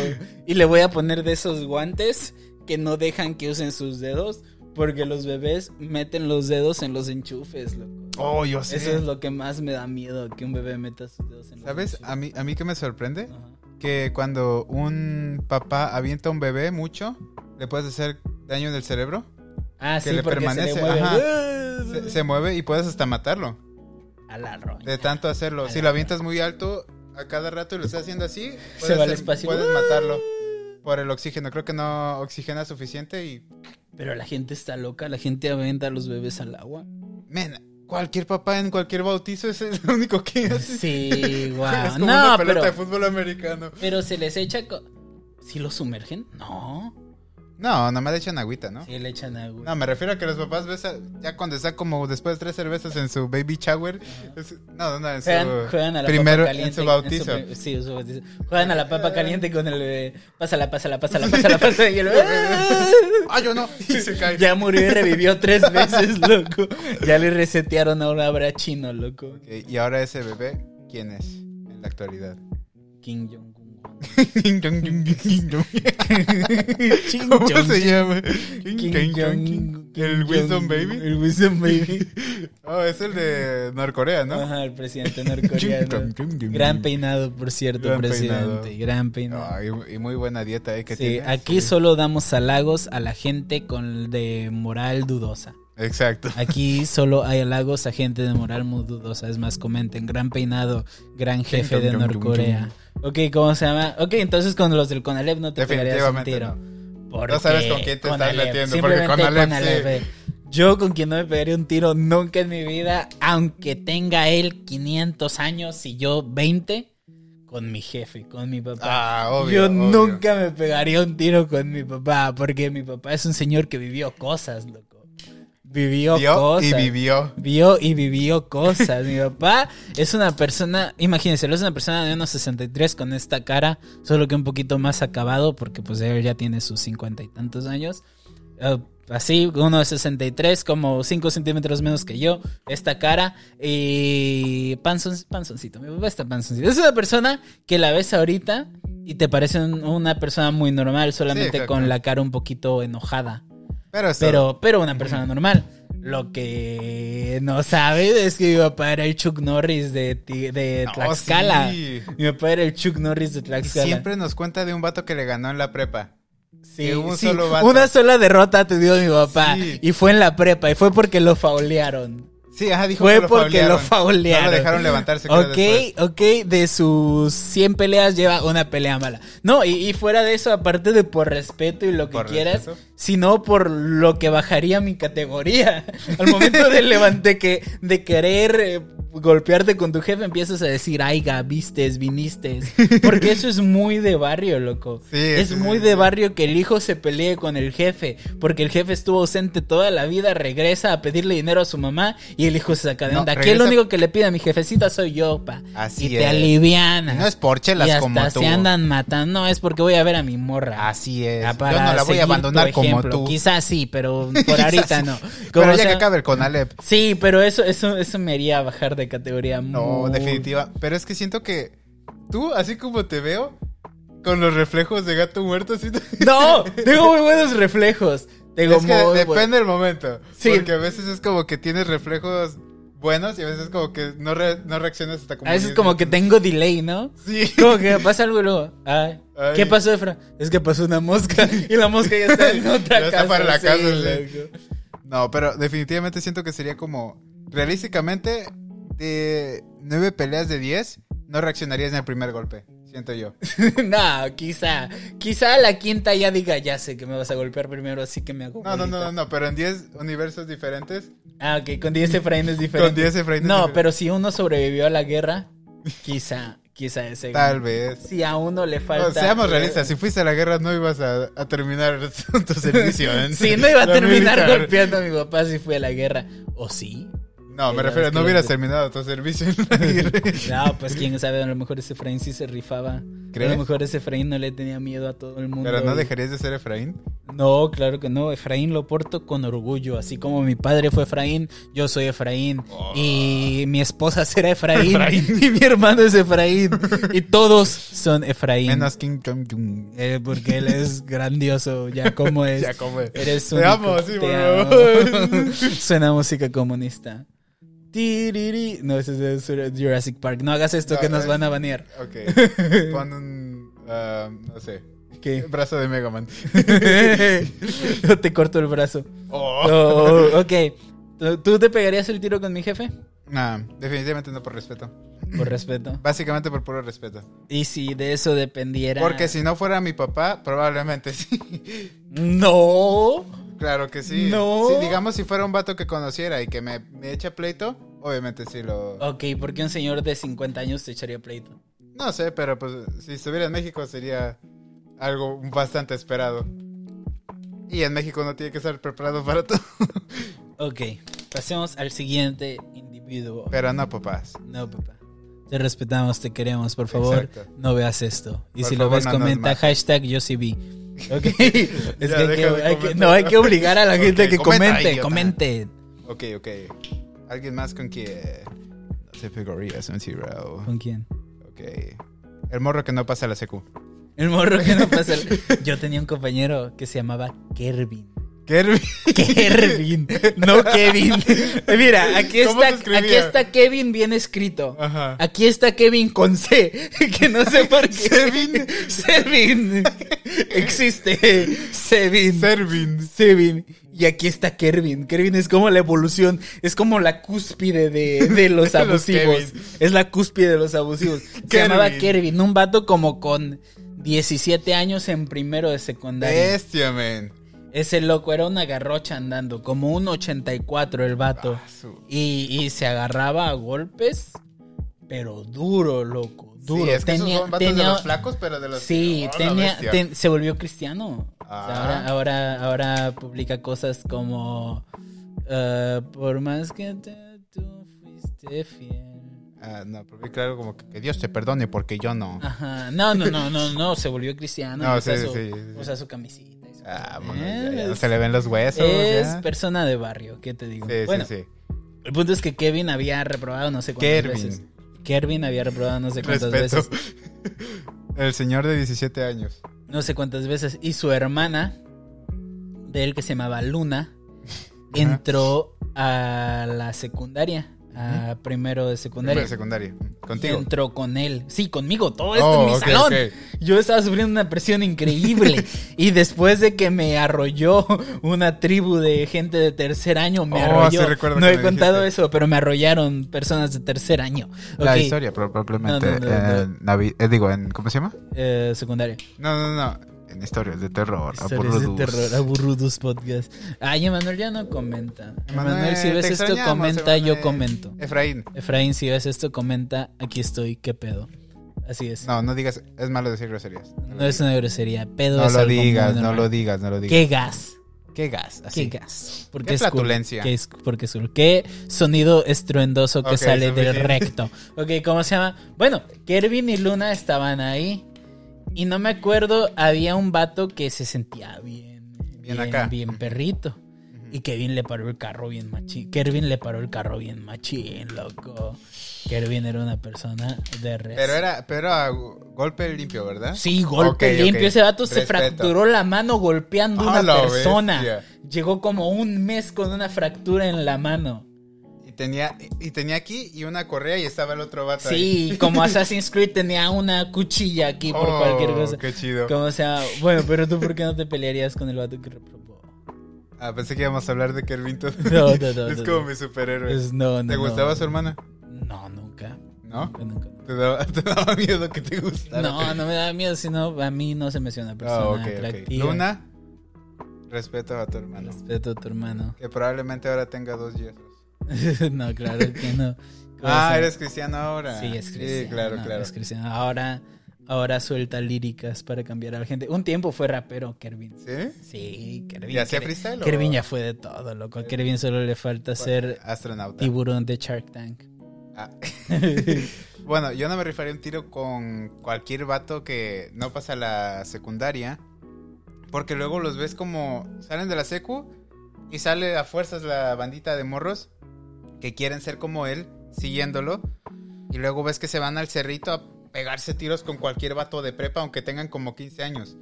Speaker 2: Y le voy a poner de esos guantes que no dejan que usen sus dedos. Porque los bebés meten los dedos en los enchufes, loco.
Speaker 1: Oh, yo sé.
Speaker 2: Eso es lo que más me da miedo, que un bebé meta sus dedos en los
Speaker 1: ¿Sabes? Ah,
Speaker 2: enchufes.
Speaker 1: A mí, a mí que me sorprende
Speaker 2: Ajá.
Speaker 1: que cuando un papá avienta a un bebé mucho, le puedes hacer daño en el cerebro.
Speaker 2: Ah,
Speaker 1: que
Speaker 2: sí,
Speaker 1: le
Speaker 2: porque
Speaker 1: permanece,
Speaker 2: se le mueve.
Speaker 1: Se, se mueve y puedes hasta matarlo.
Speaker 2: A la roña.
Speaker 1: De tanto hacerlo. Si lo avientas muy alto, a cada rato y lo estás haciendo así, puedes,
Speaker 2: va al espacio. ¡Ah!
Speaker 1: puedes matarlo por el oxígeno. Creo que no oxigena suficiente y...
Speaker 2: Pero la gente está loca, la gente aventa a los bebés al agua.
Speaker 1: Men, cualquier papá en cualquier bautizo es el único que hace.
Speaker 2: Sí,
Speaker 1: Es
Speaker 2: guau.
Speaker 1: como
Speaker 2: No,
Speaker 1: una pelota
Speaker 2: pero,
Speaker 1: de fútbol americano.
Speaker 2: pero se les echa. co- ¿Si lo sumergen? No.
Speaker 1: No, nomás le echan agüita, ¿no?
Speaker 2: Sí, le echan agua.
Speaker 1: No, me refiero a que los papás ves a- ya cuando está como después de tres cervezas en su baby shower. es- no, no, en su
Speaker 2: Juegan, juegan a la
Speaker 1: primero
Speaker 2: papa caliente.
Speaker 1: en su bautizo.
Speaker 2: pri- sí, en su bautizo. Juegan a la papa caliente con el bebé. Pásala, pásala, pásala, pásala, pásala. Y el bebé.
Speaker 1: Ah, yo no. Y se cae.
Speaker 2: Ya murió y revivió tres veces, loco. Ya le resetearon, ahora habrá chino, loco.
Speaker 1: Ok, Y ahora ese bebé, ¿quién es en la actualidad?
Speaker 2: Kim Jong-un.
Speaker 1: Ding dong, ding ding, ding dong.
Speaker 2: Ching
Speaker 1: ¿Cómo
Speaker 2: chong.
Speaker 1: se llama?
Speaker 2: King
Speaker 1: King
Speaker 2: Jong-
Speaker 1: Jong.
Speaker 2: King
Speaker 1: ¿El
Speaker 2: Jong-
Speaker 1: Wilson Baby?
Speaker 2: El Wilson Baby.
Speaker 1: Oh, es el de Norcorea, ¿no?
Speaker 2: Ajá, el presidente
Speaker 1: Jong-
Speaker 2: norcoreano.
Speaker 1: Jong- Jong-
Speaker 2: Ah, Gran
Speaker 1: Jong.
Speaker 2: peinado, por cierto,
Speaker 1: Gran
Speaker 2: presidente.
Speaker 1: peinado.
Speaker 2: Gran peinado.
Speaker 1: Ah, y, y muy buena dieta eh, que
Speaker 2: Sí,
Speaker 1: tiene.
Speaker 2: aquí
Speaker 1: Sí.
Speaker 2: solo damos halagos a la gente con de moral dudosa.
Speaker 1: Exacto.
Speaker 2: Aquí solo hay halagos a gente de moral muy dudosa. Es más, comenten. Gran peinado, gran jefe
Speaker 1: Jong-
Speaker 2: de
Speaker 1: Jong- Jong-
Speaker 2: Norcorea. Ok, ¿cómo se llama? Ok, entonces con los del Conalep no te pegarías un
Speaker 1: Definitivamente
Speaker 2: tiro.
Speaker 1: no.
Speaker 2: Porque
Speaker 1: No sabes con quién te estás
Speaker 2: Conalep,
Speaker 1: metiendo,
Speaker 2: simplemente
Speaker 1: porque Conalep,
Speaker 2: Conalep. Yo con quien no me pegaría un tiro nunca en mi vida, aunque tenga él 500 años y yo 20, con mi jefe, con mi papá.
Speaker 1: Ah, obvio.
Speaker 2: yo
Speaker 1: obvio.
Speaker 2: nunca me pegaría un tiro con mi papá, porque mi papá es un señor que vivió cosas, loco. Vivió
Speaker 1: Vio
Speaker 2: cosas.
Speaker 1: y vivió.
Speaker 2: Vio y vivió cosas. Mi papá es una persona, imagínense, es una persona de unos 63 con esta cara, solo que un poquito más acabado, porque pues él ya tiene sus 50 y tantos años. Eh, así, uno de 63, como 5 centímetros menos que yo, esta cara y panzon, panzoncito. Mi papá está panzoncito. Es una persona que la ves ahorita y te parece un- una persona muy normal, solamente
Speaker 1: exacto.
Speaker 2: con la cara un poquito enojada
Speaker 1: Pero, esto-
Speaker 2: pero, pero una persona normal. Lo que no sabe es que mi papá era el Chuck Norris de, ti- de
Speaker 1: No,
Speaker 2: Tlaxcala.
Speaker 1: sí.
Speaker 2: Mi papá era el Chuck Norris de
Speaker 1: Y
Speaker 2: Tlaxcala.
Speaker 1: siempre nos cuenta de un vato que le ganó en la prepa.
Speaker 2: Sí,
Speaker 1: que hubo un
Speaker 2: sí,
Speaker 1: solo vato.
Speaker 2: Una sola derrota te dio mi papá.
Speaker 1: Sí.
Speaker 2: Y fue en la prepa. Y fue porque lo faulearon.
Speaker 1: Sí, ajá, dijo
Speaker 2: Fue
Speaker 1: que lo
Speaker 2: porque lo
Speaker 1: No
Speaker 2: faulearon.
Speaker 1: lo dejaron levantarse. creo,
Speaker 2: Ok,
Speaker 1: después.
Speaker 2: ok, de sus 100 peleas lleva una pelea mala. No, y, y fuera de eso, aparte de por respeto y lo que
Speaker 1: Por
Speaker 2: quieras,
Speaker 1: respeto.
Speaker 2: sino por lo que bajaría mi categoría. Al momento de levante que de querer eh, golpearte con tu jefe, empiezas a decir, aiga, vistes, viniste. Porque eso es muy de barrio, loco.
Speaker 1: Sí,
Speaker 2: es
Speaker 1: sí,
Speaker 2: muy
Speaker 1: sí,
Speaker 2: de
Speaker 1: sí.
Speaker 2: barrio que el hijo se pelee con el jefe, porque el jefe estuvo ausente toda la vida, regresa a pedirle dinero a su mamá y el hijo se saca de
Speaker 1: No,
Speaker 2: onda. Aquí el
Speaker 1: regresa-
Speaker 2: único que le pide a mi jefecita soy yo, pa.
Speaker 1: Así
Speaker 2: y te
Speaker 1: es.
Speaker 2: alivianas.
Speaker 1: No es por
Speaker 2: y
Speaker 1: chelas
Speaker 2: hasta
Speaker 1: como tú.
Speaker 2: se andan matando. No, es porque voy a ver a mi morra.
Speaker 1: Así es.
Speaker 2: Ah,
Speaker 1: Yo
Speaker 2: para
Speaker 1: no la voy
Speaker 2: seguir
Speaker 1: a abandonar
Speaker 2: tu
Speaker 1: como
Speaker 2: ejemplo.
Speaker 1: tú.
Speaker 2: Quizás sí, pero por
Speaker 1: Quizás
Speaker 2: ahorita
Speaker 1: sí.
Speaker 2: no. Como
Speaker 1: Pero ya que
Speaker 2: sea-
Speaker 1: acabe el Conalep.
Speaker 2: Sí, pero eso, eso, eso me haría bajar de categoría.
Speaker 1: No,
Speaker 2: muy-
Speaker 1: definitiva. Pero es que siento que tú, así como te veo, con los reflejos de gato muerto, así te-
Speaker 2: No, tengo muy buenos reflejos. Tengo
Speaker 1: es que
Speaker 2: muy
Speaker 1: depende
Speaker 2: buen-
Speaker 1: del momento.
Speaker 2: Sí.
Speaker 1: Porque a veces es como que tienes reflejos buenos y a veces como que no, re- no reaccionas hasta como.
Speaker 2: A veces
Speaker 1: diez
Speaker 2: como que
Speaker 1: minutos.
Speaker 2: tengo delay, ¿no?
Speaker 1: Sí.
Speaker 2: Como que pasa algo y luego, ay,
Speaker 1: Ay.
Speaker 2: ¿qué pasó, Efra? Es que pasó una mosca y la mosca ya está en otra
Speaker 1: Ya
Speaker 2: casa.
Speaker 1: está para la
Speaker 2: sí,
Speaker 1: casa, sí.
Speaker 2: loco.
Speaker 1: No, pero definitivamente siento que sería como. Realísticamente, de nueve peleas de 10, no reaccionarías en el primer golpe. Siento yo.
Speaker 2: no, quizá, quizá a la quinta ya diga, ya sé que me vas a golpear primero, así que me hago.
Speaker 1: No, no, no,
Speaker 2: bolita".
Speaker 1: no, no, pero en 10 universos diferentes.
Speaker 2: Ah, ok, con 10 Efraín es diferente.
Speaker 1: Con 10 Efraín es
Speaker 2: No,
Speaker 1: diferente.
Speaker 2: pero si uno sobrevivió a la guerra, quizá, quizá ese.
Speaker 1: Tal vez.
Speaker 2: Si a uno le
Speaker 1: No,
Speaker 2: falta.
Speaker 1: seamos realistas, si fuiste a la guerra no ibas a, a terminar tu servicio. en
Speaker 2: Sí, no iba a
Speaker 1: lo
Speaker 2: terminar
Speaker 1: militar.
Speaker 2: golpeando a mi papá si fui a la guerra. ¿O sí?
Speaker 1: No, me
Speaker 2: La
Speaker 1: refiero,
Speaker 2: vez
Speaker 1: no
Speaker 2: que-
Speaker 1: hubieras terminado tu servicio en la guerra.
Speaker 2: No, pues quién sabe, a lo mejor ese Efraín sí se rifaba. A
Speaker 1: ¿Crees?
Speaker 2: lo mejor ese Efraín no le tenía miedo a todo el mundo.
Speaker 1: Pero no
Speaker 2: y-
Speaker 1: dejarías de ser Efraín.
Speaker 2: No, claro que no. Efraín lo porto con orgullo. Así como mi padre fue Efraín, yo soy Efraín.
Speaker 1: Oh.
Speaker 2: Y mi esposa será Efraín. Y mi hermano es Efraín. y todos son Efraín.
Speaker 1: Menos King Jong Jung.
Speaker 2: Eh, porque él es grandioso, ya como es.
Speaker 1: Ya como es.
Speaker 2: Eres
Speaker 1: Te
Speaker 2: único,
Speaker 1: amo, sí,
Speaker 2: te
Speaker 1: por
Speaker 2: amo.
Speaker 1: favor.
Speaker 2: Suena música comunista. Tiriri. No, ese es de Jurassic Park. No hagas esto
Speaker 1: No,
Speaker 2: que nos
Speaker 1: es-
Speaker 2: van a banear.
Speaker 1: Ok. Pon un. ah, no sé.
Speaker 2: ¿Qué?
Speaker 1: Brazo de Mega Man.
Speaker 2: Yo te corto el brazo.
Speaker 1: Oh.
Speaker 2: Oh, ok. ¿Tú- ¿Tú te pegarías el tiro con mi jefe?
Speaker 1: Nah, definitivamente no por respeto.
Speaker 2: Por respeto.
Speaker 1: Básicamente por puro respeto.
Speaker 2: Y si de eso dependiera.
Speaker 1: Porque si no fuera mi papá, probablemente sí.
Speaker 2: No.
Speaker 1: Claro que sí.
Speaker 2: No.
Speaker 1: Sí, digamos si fuera un vato que conociera y que me, me echa pleito, obviamente sí lo...
Speaker 2: Ok, ¿por qué un señor de 50 años te echaría pleito?
Speaker 1: No sé, pero pues si estuviera en México sería algo bastante esperado. Y en México no tiene que estar preparado para todo.
Speaker 2: Ok, pasemos al siguiente individuo.
Speaker 1: Pero no, papás.
Speaker 2: No, papá. Te respetamos, te queremos, por favor,
Speaker 1: Exacto.
Speaker 2: no veas esto. Y
Speaker 1: Por
Speaker 2: si lo
Speaker 1: favor,
Speaker 2: ves,
Speaker 1: no nos
Speaker 2: comenta
Speaker 1: mates.
Speaker 2: hashtag yo sí vi. Ok, es que,
Speaker 1: Ya, deja de
Speaker 2: hay que- hay que-
Speaker 1: comentar.
Speaker 2: no, hay que obligar a la
Speaker 1: Ok,
Speaker 2: gente que
Speaker 1: comenta,
Speaker 2: comente,
Speaker 1: idiota.
Speaker 2: comente.
Speaker 1: Ok, ok. Alguien más con que... No se pegaría, un zero.
Speaker 2: ¿Con quién?
Speaker 1: Ok. El morro que no pasa la secu.
Speaker 2: El morro que no pasa. el- Yo tenía un compañero que se llamaba Kervin.
Speaker 1: Kirby.
Speaker 2: Kervin, no Kevin. Mira, aquí
Speaker 1: ¿Cómo
Speaker 2: está,
Speaker 1: se escribía?
Speaker 2: aquí está Kevin bien escrito.
Speaker 1: Ajá.
Speaker 2: Aquí está Kevin con C, que no sé por qué.
Speaker 1: Sevin.
Speaker 2: Sevin. Existe. Sevin.
Speaker 1: Servin.
Speaker 2: Sevin. Y aquí está Kervin. Kervin es como la evolución, es como la cúspide de, de los
Speaker 1: De los
Speaker 2: abusivos.
Speaker 1: Kevin.
Speaker 2: es la cúspide de los abusivos. Se llamaba
Speaker 1: Kervin.
Speaker 2: Kervin, un vato como con 17 años en primero de secundaria.
Speaker 1: Bestia, man.
Speaker 2: Ese loco era una garrocha andando, como un 84 el vato.
Speaker 1: Ah, su-
Speaker 2: Y, y se agarraba a golpes, pero duro, loco. Duro.
Speaker 1: Sí, es que
Speaker 2: Tenía-
Speaker 1: esos son vatos
Speaker 2: tenía-
Speaker 1: de los flacos, pero de los...
Speaker 2: Sí,
Speaker 1: Oh, la
Speaker 2: tenía,
Speaker 1: bestia.
Speaker 2: ten- se volvió cristiano. O sea,
Speaker 1: Ah.
Speaker 2: ahora, ahora, ahora publica cosas como eh, por más que te- tú fuiste fiel.
Speaker 1: Ah, no, porque claro, como que, que Dios te perdone porque yo no.
Speaker 2: Ajá. No, no, no, no, no, se volvió cristiano.
Speaker 1: No,
Speaker 2: usa,
Speaker 1: sí,
Speaker 2: su,
Speaker 1: sí, sí.
Speaker 2: usa su camisita. y su- Eh,
Speaker 1: Ah, bueno, ya, ya
Speaker 2: Es-
Speaker 1: no se le ven los huesos.
Speaker 2: es
Speaker 1: ya.
Speaker 2: persona de barrio, ¿qué te digo?
Speaker 1: Sí,
Speaker 2: Bueno,
Speaker 1: sí, sí.
Speaker 2: El punto es que Kevin había reprobado no sé cuántas
Speaker 1: Kervin.
Speaker 2: veces. Kervin había reprobado no sé cuántas
Speaker 1: Respeto.
Speaker 2: veces.
Speaker 1: El señor de 17 años.
Speaker 2: No sé cuántas veces. Y su hermana, de él que se llamaba Luna, entró a la secundaria, a primero de
Speaker 1: Primero
Speaker 2: secundaria.
Speaker 1: de secundaria.
Speaker 2: Y
Speaker 1: Contigo. Oh,
Speaker 2: entró con él. Sí, conmigo, todo esto en mi
Speaker 1: ok,
Speaker 2: salón.
Speaker 1: ok.
Speaker 2: Yo estaba sufriendo una presión increíble. y después de que me arrolló una tribu de gente de tercer año, me
Speaker 1: Oh,
Speaker 2: arrolló.
Speaker 1: sí recuerdo
Speaker 2: no
Speaker 1: que
Speaker 2: he
Speaker 1: me
Speaker 2: contado
Speaker 1: dijiste.
Speaker 2: eso, pero me arrollaron personas de tercer año.
Speaker 1: La
Speaker 2: Ok,
Speaker 1: historia, probablemente.
Speaker 2: No, no, no, no.
Speaker 1: en Navi- eh, digo, en, ¿cómo se llama?
Speaker 2: eh, secundaria.
Speaker 1: No, no, no.
Speaker 3: En historias de
Speaker 1: Ah,
Speaker 3: terror.
Speaker 2: Historias de
Speaker 3: aburridos.
Speaker 2: terror, aburrudos podcast. Ay, Emanuel ya no comenta. Emanuel, si
Speaker 1: te
Speaker 2: ves esto,
Speaker 1: extrañamos,
Speaker 2: comenta, yo
Speaker 1: Emanuel.
Speaker 2: comento.
Speaker 1: Efraín.
Speaker 2: Efraín, si ves esto, comenta, aquí estoy, qué pedo. Así es. No,
Speaker 1: No, no digas, es malo decir groserías. No, lo
Speaker 2: es
Speaker 1: digas.
Speaker 2: una grosería, pedo
Speaker 1: No
Speaker 2: es
Speaker 1: lo
Speaker 2: algo muy
Speaker 1: digas, no
Speaker 2: normal.
Speaker 1: lo digas, no lo digas.
Speaker 2: Qué gas,
Speaker 1: ¿Qué gas?
Speaker 2: qué
Speaker 1: Así.
Speaker 2: gas. Porque
Speaker 1: Qué
Speaker 2: es cool,
Speaker 1: flatulencia.
Speaker 2: que es- porque es cool. Qué sonido estruendoso que
Speaker 1: Ok,
Speaker 2: sale
Speaker 1: eso
Speaker 2: del
Speaker 1: fue-
Speaker 2: recto. Ok, ¿cómo se llama? Bueno, Kervin y Luna estaban ahí. Y no me acuerdo, había un vato que se sentía bien.
Speaker 1: Bien acá.
Speaker 2: Bien perrito. Y Kevin le paró el carro bien machín. Kervin le paró el carro bien machín, loco. Kervin era una persona de res.
Speaker 1: Pero era, pero a golpe limpio, ¿verdad?
Speaker 2: Sí, golpe
Speaker 1: Ok,
Speaker 2: limpio.
Speaker 1: ok.
Speaker 2: Ese vato se
Speaker 1: Respeto.
Speaker 2: fracturó la mano golpeando a
Speaker 1: A
Speaker 2: una
Speaker 1: la
Speaker 2: persona.
Speaker 1: bestia.
Speaker 2: Llegó como un mes con una fractura en la mano.
Speaker 1: Y tenía, y tenía aquí y una correa y estaba el otro vato ahí.
Speaker 2: Sí, como Assassin's Creed tenía una cuchilla aquí por
Speaker 1: Oh,
Speaker 2: cualquier cosa.
Speaker 1: Qué chido.
Speaker 2: Como sea, bueno, pero tú, ¿por qué no te pelearías con el vato que reprobó?
Speaker 1: Ah, pensé que íbamos a hablar de Kervin todo.
Speaker 2: No, no, no,
Speaker 1: es
Speaker 2: no,
Speaker 1: como
Speaker 2: no.
Speaker 1: mi superhéroe.
Speaker 2: Pues no, no.
Speaker 1: ¿Te
Speaker 2: no.
Speaker 1: gustaba ¿Ah? su hermana?
Speaker 2: No, nunca.
Speaker 1: ¿No?
Speaker 2: Nunca, nunca.
Speaker 1: ¿Te daba, te daba miedo que te gustara?
Speaker 2: No, no me da miedo, sino a mí no se me hace una persona
Speaker 1: Ah, ok, ok.
Speaker 2: atractiva.
Speaker 1: Luna, respeto a tu hermano.
Speaker 2: Respeto a tu hermano.
Speaker 1: Que probablemente ahora tenga dos yesos.
Speaker 2: no, claro que no.
Speaker 1: Ah,
Speaker 2: Cosa-
Speaker 1: eres cristiano ahora.
Speaker 2: Sí, es cristiano.
Speaker 1: Sí, claro,
Speaker 2: no,
Speaker 1: claro.
Speaker 2: es cristiano. Ahora, ahora suelta líricas para cambiar a la gente. Un tiempo fue rapero, Kervin.
Speaker 1: ¿Sí?
Speaker 2: Sí, Kervin.
Speaker 1: ¿Y hacía
Speaker 2: Kervin-
Speaker 1: freestyle o- Eh, pues,
Speaker 2: Kervin ya fue de todo, loco. A Kervin solo le falta
Speaker 1: ah,
Speaker 2: ser
Speaker 1: Astronauta.
Speaker 2: tiburón de Shark Tank.
Speaker 1: Ah. Bueno, yo no me rifaría un tiro con cualquier vato que no pasa la secundaria. Porque luego los ves como salen de la secu y sale a fuerzas la bandita de morros que quieren ser como él, siguiéndolo. Y luego ves que se van al cerrito a pegarse tiros con cualquier vato de prepa, aunque tengan como 15 años.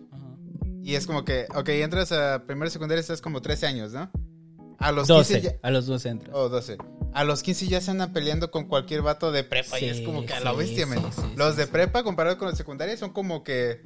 Speaker 1: Y es como que, ok, entras a primera secundaria, estás como 13 años, ¿no? A los 15 ya-
Speaker 2: 12, a los dos entras.
Speaker 1: o 12. A los 15 ya se andan peleando con cualquier vato de prepa y es
Speaker 2: Sí,
Speaker 1: como que a
Speaker 2: sí,
Speaker 1: la bestia,
Speaker 2: sí,
Speaker 1: men.
Speaker 2: sí, sí,
Speaker 1: los de
Speaker 2: sí.
Speaker 1: prepa comparados con los secundarios son como que.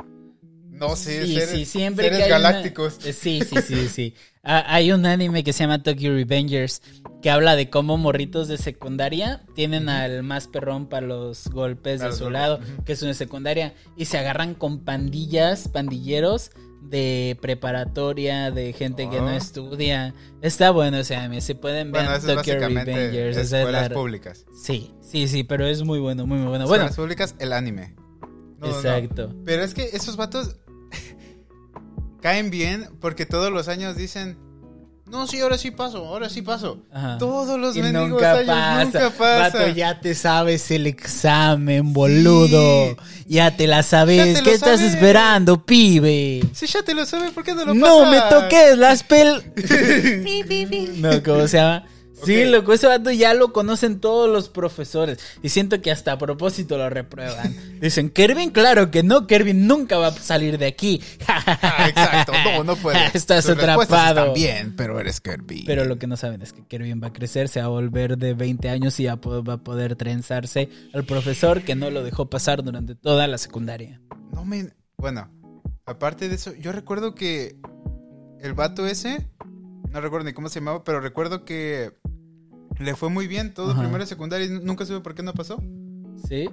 Speaker 1: No sé,
Speaker 2: Sí,
Speaker 1: seres,
Speaker 2: sí, siempre
Speaker 1: seres
Speaker 2: que hay una-
Speaker 1: galácticos.
Speaker 2: Eh, Sí, sí, sí, sí. Ah, hay un anime que se llama Tokyo Revengers que habla de cómo morritos de secundaria tienen al más perrón para los golpes
Speaker 1: Para
Speaker 2: de
Speaker 1: los
Speaker 2: su
Speaker 1: golpes,
Speaker 2: lado,
Speaker 1: ujú.
Speaker 2: que es una secundaria, y se agarran con pandillas, pandilleros de preparatoria, de gente que no
Speaker 1: Oh.
Speaker 2: estudia. Está bueno ese anime, se pueden ver
Speaker 1: Bueno, eso es
Speaker 2: Tokyo
Speaker 1: básicamente
Speaker 2: Revengers. o sea, es
Speaker 1: escuelas
Speaker 2: la-
Speaker 1: públicas.
Speaker 2: Sí, sí, sí, pero es muy bueno, muy, muy bueno. Bueno,
Speaker 1: Escuelas públicas, el anime. No, no, no.
Speaker 2: exacto.
Speaker 1: Pero es que esos vatos caen bien porque todos los años dicen: No, sí, ahora sí paso, ahora sí paso.
Speaker 2: Ajá.
Speaker 1: Todos los
Speaker 2: Y
Speaker 1: mendigos
Speaker 2: nunca
Speaker 1: años
Speaker 2: pasa.
Speaker 1: nunca pasa.
Speaker 2: Vato, ya te sabes el examen, boludo. Ya te la sabes.
Speaker 1: Ya te
Speaker 2: ¿Qué
Speaker 1: lo
Speaker 2: estás
Speaker 1: sabes.
Speaker 2: esperando, pibe?
Speaker 1: Si ya te lo sabe, ¿por qué no lo
Speaker 2: No me
Speaker 1: pasas?
Speaker 2: toques las pel. no, ¿cómo se llama? Sí,
Speaker 1: Ok.
Speaker 2: loco, ese vato ya lo conocen todos los profesores. Y siento que hasta a propósito lo reprueban. Dicen, Kervin, claro que no, Kervin nunca va a salir de aquí.
Speaker 1: Ah, exacto. No, no puedes.
Speaker 2: Estás
Speaker 1: Tus respuestas
Speaker 2: atrapado.
Speaker 1: Están bien, pero eres Kirby.
Speaker 2: Pero lo que no saben es que Kervin va a crecer, se va a volver de 20 años y ya po- va a poder trenzarse al profesor que no lo dejó pasar durante toda la secundaria.
Speaker 1: No me. Bueno, aparte de eso, yo recuerdo que el vato ese, no recuerdo ni cómo se llamaba, pero recuerdo que le fue muy bien todo
Speaker 2: Ajá.
Speaker 1: primero y secundaria y nunca supe por qué no pasó.
Speaker 2: Sí,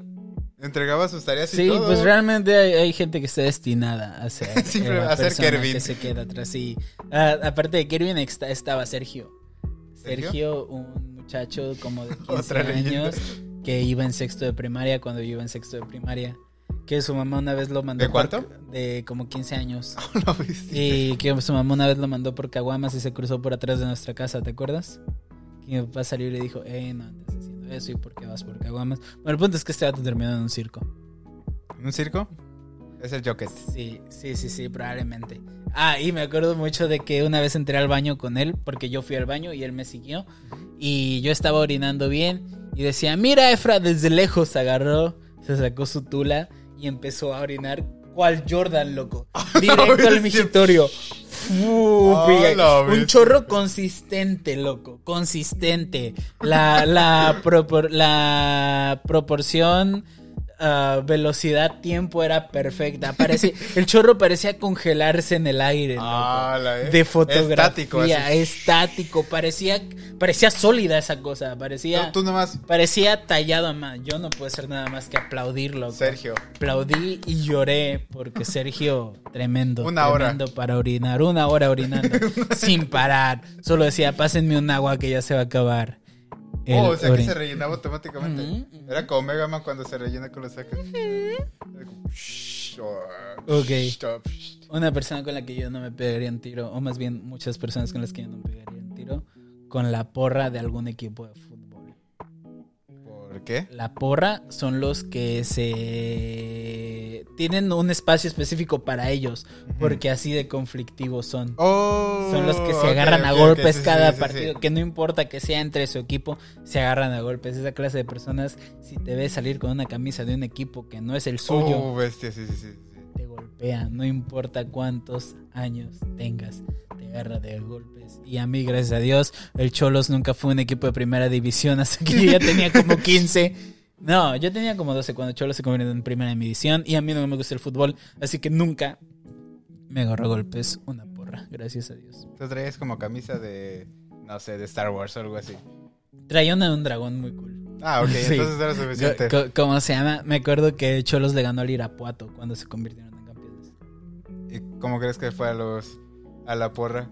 Speaker 1: Entregaba sus tareas y
Speaker 2: sí,
Speaker 1: todo.
Speaker 2: pues realmente hay, hay gente que está destinada a ser,
Speaker 1: Sí,
Speaker 2: eh,
Speaker 1: pero
Speaker 2: la
Speaker 1: a ser
Speaker 2: persona
Speaker 1: Kervin.
Speaker 2: que se queda atrás. Y, ah, aparte de Kervin está- estaba Sergio.
Speaker 1: ¿Sergio?
Speaker 2: Sergio, un muchacho como de 15
Speaker 1: Otra leyenda.
Speaker 2: años que iba en sexto de primaria cuando yo iba en sexto de primaria. Que su mamá una vez lo mandó.
Speaker 1: ¿De
Speaker 2: por-
Speaker 1: cuánto?
Speaker 2: De como 15 años.
Speaker 1: La bestia.
Speaker 2: Y que su mamá una vez lo mandó por caguamas y se cruzó por atrás de nuestra casa, ¿te acuerdas? Y mi papá salió y le dijo, eh, no andas haciendo eso y por qué vas por caguamas. Bueno, el punto es que este vato terminó en un circo.
Speaker 1: ¿En ¿Un circo? Es el Jocket.
Speaker 2: Sí, sí, sí, sí, probablemente. Ah, y me acuerdo mucho de que una vez entré al baño con él, porque yo fui al baño y él me siguió. Y yo estaba orinando bien y decía, mira, Efra, desde lejos agarró, se sacó su tula y empezó a orinar cual Jordan, loco. Directo al migitorio. Fu-
Speaker 1: Ah,
Speaker 2: friga-
Speaker 1: la
Speaker 2: un
Speaker 1: bestia.
Speaker 2: chorro consistente, loco. Consistente. La, la, propor- la proporción, ah, velocidad, tiempo era perfecta. Parecía- el chorro parecía congelarse en el aire, loco.
Speaker 1: Ah, la bestia.
Speaker 2: de fotografía.
Speaker 1: Estático, así.
Speaker 2: estático. Parecía, parecía sólida esa cosa. Parecía.
Speaker 1: No, tú nomás,
Speaker 2: Parecía tallado a mano. Yo no puedo hacer nada más que aplaudirlo.
Speaker 1: Sergio.
Speaker 2: Aplaudí y lloré porque Sergio, tremendo.
Speaker 1: Una hora.
Speaker 2: tremendo para orinar. Una hora orinando. sin parar. Solo decía, pásenme un agua que ya se va a acabar. El
Speaker 1: Oh, o sea que
Speaker 2: orin-
Speaker 1: se rellenaba automáticamente.
Speaker 2: Ujú, ujú.
Speaker 1: Era como Mega Man cuando se rellena con los sacas. Era como, psh, oh,
Speaker 2: Ok.
Speaker 1: psh, oh, psh.
Speaker 2: Una persona con la que yo no me pegaría un tiro, o más bien muchas personas con las que yo no me pegaría un tiro, con la porra de algún equipo de fútbol.
Speaker 1: ¿Por qué?
Speaker 2: La porra son los que se tienen un espacio específico para ellos, porque así de conflictivos son.
Speaker 1: Oh,
Speaker 2: Son los que se
Speaker 1: ok,
Speaker 2: agarran a
Speaker 1: ok, ok,
Speaker 2: golpes
Speaker 1: sí, sí,
Speaker 2: cada
Speaker 1: sí, sí,
Speaker 2: partido, que no importa que sea entre su equipo, se agarran a golpes. Esa clase de personas, si te ves salir con una camisa de un equipo que no es el
Speaker 1: sí.
Speaker 2: suyo,
Speaker 1: Oh, bestia, sí, sí, sí. sí.
Speaker 2: te golpea, no importa cuántos años tengas, te agarra de golpes. Y a mí, gracias a Dios, el Cholos nunca fue un equipo de primera división hasta que yo ya tenía como 15. No, yo tenía como 12 cuando Cholos se convirtió en primera división y a mí no me gusta el fútbol, así que nunca me agarró a golpes una porra, gracias a Dios.
Speaker 1: Tú traías como camisa de, no sé, de Star Wars o algo así.
Speaker 2: Traía una de un dragón muy cool.
Speaker 1: Ah, ok,
Speaker 2: Sí.
Speaker 1: entonces era suficiente.
Speaker 2: Co- co- ¿Cómo se llama? Me acuerdo que Cholos le ganó al Irapuato cuando se convirtieron en campeones.
Speaker 1: ¿Y cómo crees que fue a los a la porra?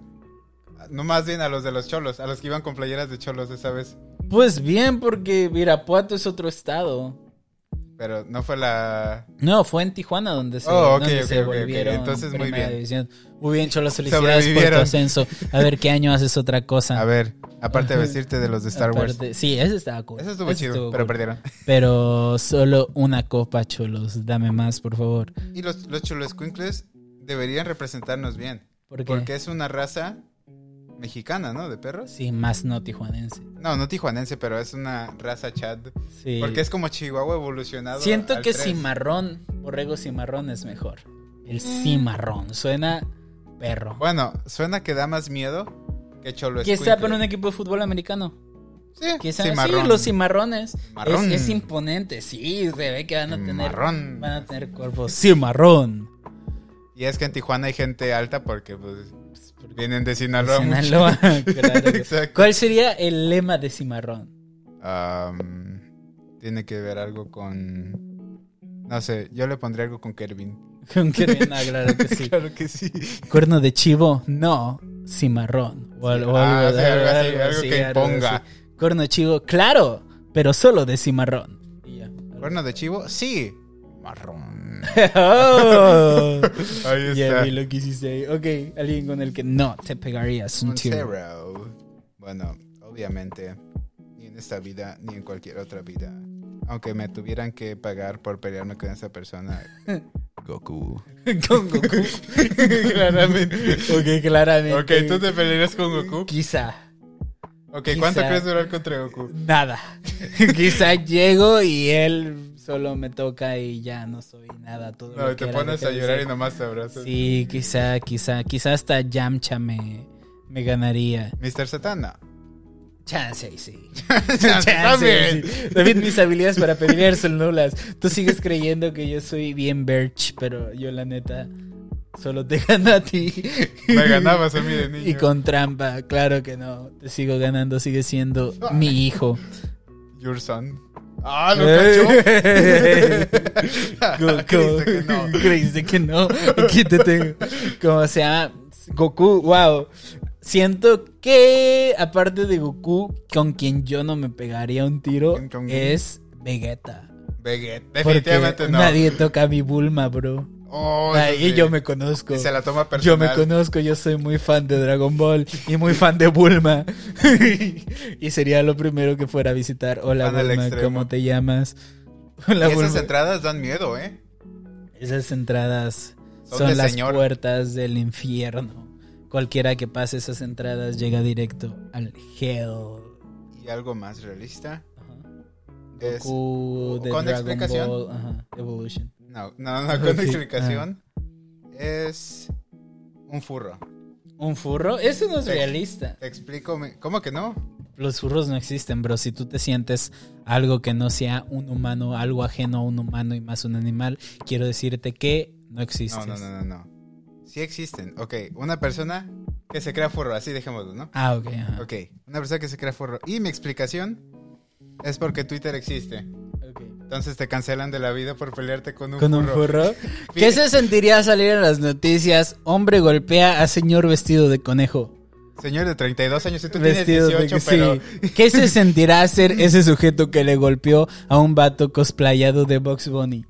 Speaker 1: No más bien a los de los cholos, a los que iban con playeras de cholos esa vez.
Speaker 2: Pues bien, porque Irapuato es otro estado.
Speaker 1: Pero no fue la
Speaker 2: No, fue en Tijuana donde se,
Speaker 1: Oh, ok,
Speaker 2: donde
Speaker 1: ok,
Speaker 2: se
Speaker 1: ok, ok.
Speaker 2: volvieron
Speaker 1: Entonces, muy
Speaker 2: primera
Speaker 1: bien.
Speaker 2: división. Muy bien, Cholos, felicidades por tu
Speaker 1: Sobrevivieron.
Speaker 2: ascenso. A ver qué año haces otra cosa.
Speaker 1: A ver, aparte de vestirte de los de Star Wars.
Speaker 2: Ah. Aparte- Sí, ese estaba cool.
Speaker 1: Eso estuvo
Speaker 2: Ese
Speaker 1: chido,
Speaker 2: estuvo
Speaker 1: pero
Speaker 2: cool.
Speaker 1: perdieron.
Speaker 2: Pero solo una copa, Cholos. Dame más, por favor.
Speaker 1: Y los, los choloscuincles deberían representarnos bien.
Speaker 2: ¿Por qué?
Speaker 1: Porque es una raza mexicana, ¿no? De perros.
Speaker 2: Sí, más no tijuanense.
Speaker 1: No, no tijuanense, pero es una raza chad.
Speaker 2: Sí.
Speaker 1: Porque es como Chihuahua evolucionado.
Speaker 2: Siento
Speaker 1: al
Speaker 2: que
Speaker 1: tres.
Speaker 2: cimarrón, borrego cimarrón es mejor. El cimarrón suena perro.
Speaker 1: Bueno, pues, suena que da más miedo que cholo
Speaker 2: Que sea para un equipo de fútbol americano.
Speaker 1: Sí,
Speaker 2: Que sean-
Speaker 1: cimarrón.
Speaker 2: sí, los cimarrones.
Speaker 1: Cimarrón.
Speaker 2: Es, es imponente, sí, se ve que van a tener.
Speaker 1: Cimarrón.
Speaker 2: Van a tener cuerpos. Cimarrón.
Speaker 1: Y es que en Tijuana hay gente alta porque pues,
Speaker 2: Porque-
Speaker 1: vienen de Sinaloa. mucho.
Speaker 2: Sinaloa, claro.
Speaker 1: Exacto.
Speaker 2: ¿Cuál sería el lema de cimarrón?
Speaker 1: Am, tiene que ver algo con... No sé, yo le pondría algo con Kervin.
Speaker 2: Con que no, claro que sí.
Speaker 1: Claro que sí.
Speaker 2: Cuerno de chivo, no. Cimarrón. O, al- o
Speaker 1: Ah, sí, algo así, algo
Speaker 2: así,
Speaker 1: que
Speaker 2: algo
Speaker 1: imponga.
Speaker 2: así. Cuerno de chivo, claro, pero solo de cimarrón. Y ya.
Speaker 1: ¿Cuerno de chivo? Sí. Marrón.
Speaker 2: Oh.
Speaker 1: Ahí
Speaker 2: Ya
Speaker 1: está.
Speaker 2: vi lo que hiciste ahí. Ok, alguien con el que no te pegarías un
Speaker 1: Un
Speaker 2: tiro.
Speaker 1: cero. Bueno, obviamente, ni en esta vida, ni en cualquier otra vida. Aunque me tuvieran que pagar por pelearme con esa persona. Goku.
Speaker 2: con Goku.
Speaker 1: Claramente.
Speaker 2: Ok, claramente.
Speaker 1: Ok, ¿tú te pelearías con Goku?
Speaker 2: Quizá.
Speaker 1: Ok, ¿cuánto
Speaker 2: Quizá.
Speaker 1: crees durar contra Goku?
Speaker 2: Nada. Quizá llego y él solo me toca y ya no soy nada. Todo
Speaker 1: No,
Speaker 2: lo
Speaker 1: y
Speaker 2: que
Speaker 1: te
Speaker 2: era,
Speaker 1: pones
Speaker 2: deja
Speaker 1: a
Speaker 2: de
Speaker 1: llorar y
Speaker 2: ser.
Speaker 1: nomás te abrazas.
Speaker 2: Sí, quizá, quizá. Quizá hasta Yamcha me, me ganaría.
Speaker 1: Mr. Satana.
Speaker 2: Chance, y sí.
Speaker 1: Chance,
Speaker 2: Chance,
Speaker 1: también.
Speaker 2: y sí. David, mis habilidades para pelear son nulas. Tú sigues creyendo que yo soy bien Birch, pero yo la neta solo te gano a ti.
Speaker 1: Me ganabas a mí de niño.
Speaker 2: Y con trampa, claro que no. Te sigo ganando, sigue siendo mi hijo.
Speaker 1: Your son. ¡Ah, lo
Speaker 2: Ey.
Speaker 1: cachó!
Speaker 2: Goku.
Speaker 1: Creíste que no.
Speaker 2: Creíste que no. Aquí te tengo. Como sea, Goku, wow. Siento que, aparte de Goku, con quien yo no me pegaría un tiro
Speaker 1: ¿Quién, con quién?
Speaker 2: es Vegeta.
Speaker 1: Vegeta.
Speaker 2: Porque
Speaker 1: Definitivamente no.
Speaker 2: Nadie toca a mi Bulma, bro.
Speaker 1: Oh, eso
Speaker 2: Ahí
Speaker 1: sí.
Speaker 2: yo me conozco.
Speaker 1: Y se la toma
Speaker 2: Yo
Speaker 1: personal.
Speaker 2: me conozco, yo soy muy fan de Dragon Ball y muy fan de Bulma. y sería lo primero que fuera a visitar. Hola,
Speaker 1: Fan al
Speaker 2: Bulma,
Speaker 1: extremo.
Speaker 2: ¿cómo te llamas?
Speaker 1: Y
Speaker 2: Hola,
Speaker 1: esas
Speaker 2: Bulma.
Speaker 1: entradas dan miedo, ¿eh?
Speaker 2: Esas entradas
Speaker 1: Son
Speaker 2: son
Speaker 1: de
Speaker 2: las
Speaker 1: señor.
Speaker 2: puertas del infierno. Cualquiera que pase esas entradas llega directo al hell.
Speaker 1: Y algo más realista
Speaker 2: Ajá.
Speaker 1: es...
Speaker 2: Goku de
Speaker 1: ¿con
Speaker 2: Dragon
Speaker 1: explicación?
Speaker 2: Ball, ajá, Evolution. ah.
Speaker 1: No, no, no, con
Speaker 2: Ok,
Speaker 1: explicación. Es un furro.
Speaker 2: ¿Un furro? Eso no es
Speaker 1: Sí.
Speaker 2: realista.
Speaker 1: Explícame. ¿Cómo que no?
Speaker 2: Los furros no existen, bro. Si tú te sientes algo que no sea un humano, algo ajeno a un humano y más un animal, quiero decirte que no
Speaker 1: No,
Speaker 2: existes.
Speaker 1: no, no, no, no. Sí existen. Ok, una persona que se crea furro, así dejémoslo, ¿no?
Speaker 2: Ah, ok. ajá.
Speaker 1: Ok, una persona que se crea furro. Y mi explicación es porque Twitter existe.
Speaker 2: Ok.
Speaker 1: Entonces te cancelan de la vida por pelearte con un
Speaker 2: ¿Con
Speaker 1: furro.
Speaker 2: un furro? ¿Qué se sentiría salir en las noticias? Hombre golpea a señor vestido de conejo.
Speaker 1: Señor de 32 años, y tú
Speaker 2: Vestido
Speaker 1: tienes 18,
Speaker 2: de...
Speaker 1: pero...
Speaker 2: sí. ¿Qué se sentirá ser ese sujeto que le golpeó a un vato cosplayado de Box Bunny?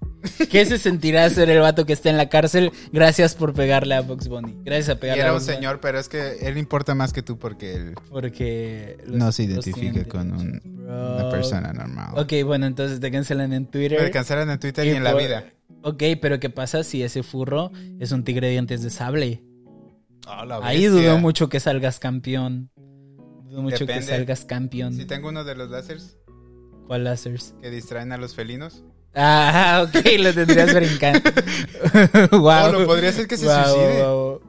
Speaker 2: ¿Qué se sentirá ser el vato que está en la cárcel? Gracias por pegarle a Box Bunny. Gracias a
Speaker 1: Y
Speaker 2: pegarle a
Speaker 1: era un
Speaker 2: Bugs Bunny.
Speaker 1: señor, pero es que él importa más que tú porque él
Speaker 2: Porque... los-
Speaker 1: no se
Speaker 2: los
Speaker 1: identifica
Speaker 2: tienen
Speaker 1: con
Speaker 2: derechos,
Speaker 1: un-
Speaker 2: bro.
Speaker 1: una persona normal.
Speaker 2: Ah, Ok, bueno, entonces te cancelan en Twitter.
Speaker 1: Me cancelan en Twitter y,
Speaker 2: Y
Speaker 1: en la
Speaker 2: por-
Speaker 1: vida.
Speaker 2: Ok, pero ¿qué pasa si ese furro es un tigre de dientes de sable?
Speaker 1: Ah, la
Speaker 2: Ahí
Speaker 1: bestia.
Speaker 2: dudo mucho que salgas campeón. Dudo mucho que
Speaker 1: Depende.
Speaker 2: salgas campeón.
Speaker 1: Si tengo uno de los láseres
Speaker 2: ¿Cuál lásers?
Speaker 1: que distraen a los felinos.
Speaker 2: Ah, ok, lo tendrías brincando.
Speaker 1: O
Speaker 2: wow.
Speaker 1: lo podría ser que se
Speaker 2: Guau,
Speaker 1: suicide.
Speaker 2: guau.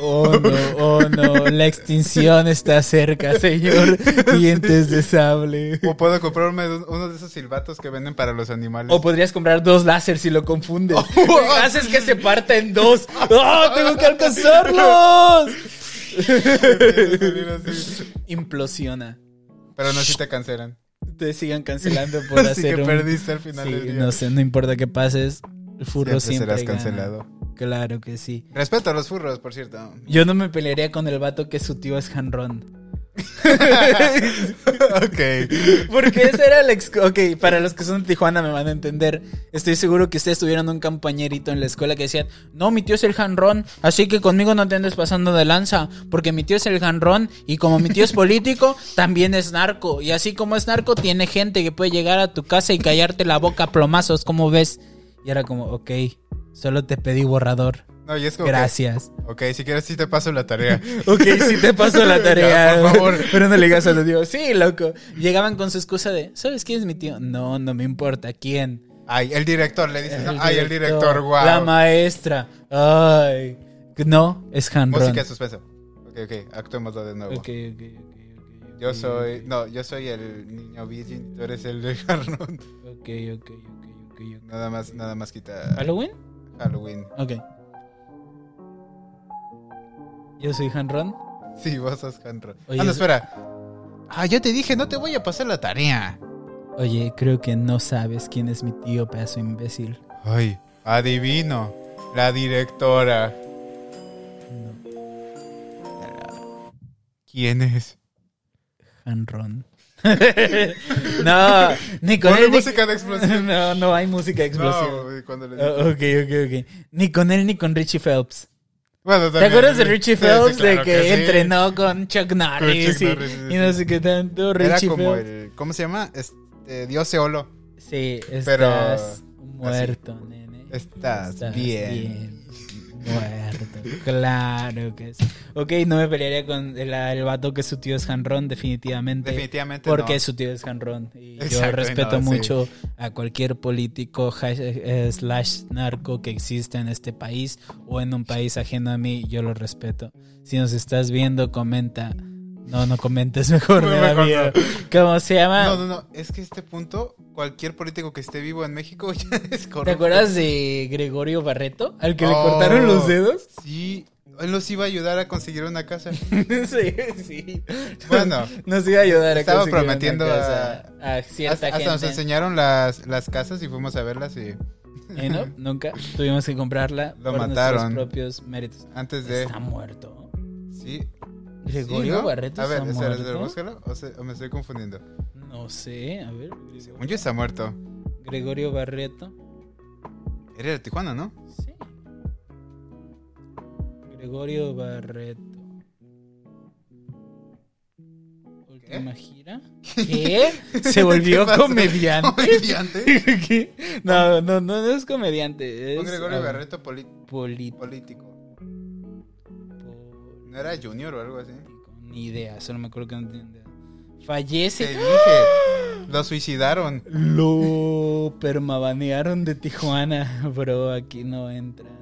Speaker 2: Oh no, oh no, la extinción está cerca, señor. Dientes de sable.
Speaker 1: O puedo comprarme un- uno de esos silbatos que venden para los animales.
Speaker 2: O podrías comprar dos láseres si lo confundes.
Speaker 1: Oh.
Speaker 2: Haces que se parta en dos. ¡Oh, tengo que alcanzarlos! Implosiona.
Speaker 1: Pero no si te cancelan.
Speaker 2: Te sigan cancelando por
Speaker 1: Así
Speaker 2: hacer
Speaker 1: que
Speaker 2: un-
Speaker 1: perdiste al final
Speaker 2: Sí,
Speaker 1: del día.
Speaker 2: no sé, no importa qué pases, el furro
Speaker 1: Siempre
Speaker 2: siempre,
Speaker 1: serás
Speaker 2: gana.
Speaker 1: cancelado.
Speaker 2: Claro que sí.
Speaker 1: Respeto a los furros, por cierto.
Speaker 2: Yo no me pelearía con el vato que su tío es Hanron.
Speaker 1: ok.
Speaker 2: Porque ese era el ex... Ok, para los que son de Tijuana me van a entender. Estoy seguro que ustedes tuvieron un compañerito en la escuela que decían, no, mi tío es el Hanron, así que conmigo no te andes pasando de lanza, porque mi tío es el Hanron y como mi tío es político, también es narco. Y así como es narco, tiene gente que puede llegar a tu casa y callarte la boca a plomazos, como ves? Y era como, ok, solo te pedí borrador.
Speaker 1: No, y es como. que-
Speaker 2: Gracias.
Speaker 1: Ok, si quieres, sí te paso la tarea.
Speaker 2: Ok, sí te paso la tarea.
Speaker 1: Ya, por favor.
Speaker 2: Pero no le digas a los digo, sí, loco. Llegaban con su excusa de, ¿sabes quién es mi tío? No, no me importa. ¿Quién?
Speaker 1: Ay, el director, le dices. ¿no? Ah, Ay, el director, wow.
Speaker 2: La maestra. Ay. No, es Hanron.
Speaker 1: Música de suspenso. Ok, ok, actuémoslo de nuevo.
Speaker 2: Ok, ok, ok, ok,
Speaker 1: Yo
Speaker 2: ok,
Speaker 1: soy. No, yo soy el niño virgen, tú eres el de Arnold.
Speaker 2: Ok, ok, ok, ok, ok.
Speaker 1: Nada más, nada más quita
Speaker 2: ¿Halloween?
Speaker 1: Halloween.
Speaker 2: Ok. Yo soy Hanron.
Speaker 1: Sí, vos sos Hanro.
Speaker 2: Oye,
Speaker 1: ah, no,
Speaker 2: es-
Speaker 1: espera. Ah, yo te dije, no te voy a pasar la tarea.
Speaker 2: Oye, creo que no sabes quién es mi tío, pedazo imbécil.
Speaker 1: Ay, adivino. La directora.
Speaker 2: No,
Speaker 1: ¿Quién es?
Speaker 2: Hanron. no, ni con
Speaker 1: Ponle
Speaker 2: él. ni-
Speaker 1: música de explosión.
Speaker 2: no, no hay música
Speaker 1: No,
Speaker 2: explosiva.
Speaker 1: güey, cuando le
Speaker 2: Oh, ok, ok, ok. Ni con él ni con Richie Phelps.
Speaker 1: Bueno,
Speaker 2: ¿Te
Speaker 1: también,
Speaker 2: acuerdas de
Speaker 1: sí.
Speaker 2: Richie
Speaker 1: Sí, sí,
Speaker 2: Phelps? de
Speaker 1: claro
Speaker 2: que,
Speaker 1: sí.
Speaker 2: entrenó con Chuck Norris,
Speaker 1: Chuck
Speaker 2: y,
Speaker 1: Norris, sí,
Speaker 2: y no
Speaker 1: sí.
Speaker 2: sé qué tanto.
Speaker 1: Era
Speaker 2: Richie
Speaker 1: como
Speaker 2: Phelps.
Speaker 1: el. ¿Cómo se llama? Este, Dios Seolo.
Speaker 2: Sí,
Speaker 1: pero
Speaker 2: estás muerto, nene.
Speaker 1: Estás,
Speaker 2: Estás
Speaker 1: bien.
Speaker 2: Muerto. Claro que sí. Ok, no me pelearía con el, el vato que su tío es Hanron, definitivamente.
Speaker 1: Definitivamente.
Speaker 2: Porque
Speaker 1: no.
Speaker 2: su tío es Hanron. Y yo
Speaker 1: Exacto,
Speaker 2: respeto
Speaker 1: no, sí.
Speaker 2: mucho a cualquier político hash- eh, slash narco que exista en este país o en un país ajeno a mí. Yo lo respeto. Si nos estás viendo, comenta. No, no comentes mejor,
Speaker 1: No,
Speaker 2: me da
Speaker 1: mejor
Speaker 2: miedo. ¿Cómo se llama?
Speaker 1: No, no, no. Es que este punto, cualquier político que esté vivo en México ya es corrupto.
Speaker 2: ¿Te acuerdas de Gregorio Barreto? Al que le
Speaker 1: Oh.
Speaker 2: cortaron los dedos.
Speaker 1: Sí. Él los iba a ayudar a conseguir una casa.
Speaker 2: sí, sí.
Speaker 1: Bueno.
Speaker 2: Nos iba a ayudar a
Speaker 1: Estaba
Speaker 2: conseguir una
Speaker 1: prometiendo
Speaker 2: casa a cierta
Speaker 1: Hasta, hasta nos
Speaker 2: gente.
Speaker 1: enseñaron las, las casas y fuimos a verlas y
Speaker 2: Eh, no, nunca. Tuvimos que comprarla
Speaker 1: Lo
Speaker 2: por
Speaker 1: mataron.
Speaker 2: nuestros propios méritos.
Speaker 1: antes de...
Speaker 2: Está muerto.
Speaker 1: Sí.
Speaker 2: Gregorio
Speaker 1: sí, ¿no?
Speaker 2: Barreto
Speaker 1: A ver,
Speaker 2: está
Speaker 1: espera,
Speaker 2: muerto.
Speaker 1: espera, búscalo o, se- o me estoy confundiendo.
Speaker 2: No sé, a ver.
Speaker 1: Un ya está muerto.
Speaker 2: Gregorio Barreto.
Speaker 1: Era de Tijuana, ¿no?
Speaker 2: Sí. Gregorio Barreto. Última gira. ¿Qué? ¿Se volvió
Speaker 1: pasó?
Speaker 2: comediante?
Speaker 1: Comediante.
Speaker 2: ¿Qué? No, no, no, no es comediante.
Speaker 1: Un
Speaker 2: Es
Speaker 1: Gregorio
Speaker 2: ah,
Speaker 1: Barreto poli-
Speaker 2: poli-
Speaker 1: político.
Speaker 2: po-
Speaker 1: ¿No era Junior o algo así?
Speaker 2: Ni idea, solo me acuerdo que no tenía idea. Fallece.
Speaker 1: Te dije. Lo suicidaron.
Speaker 2: Lo permabanearon de Tijuana, bro. Aquí no entran.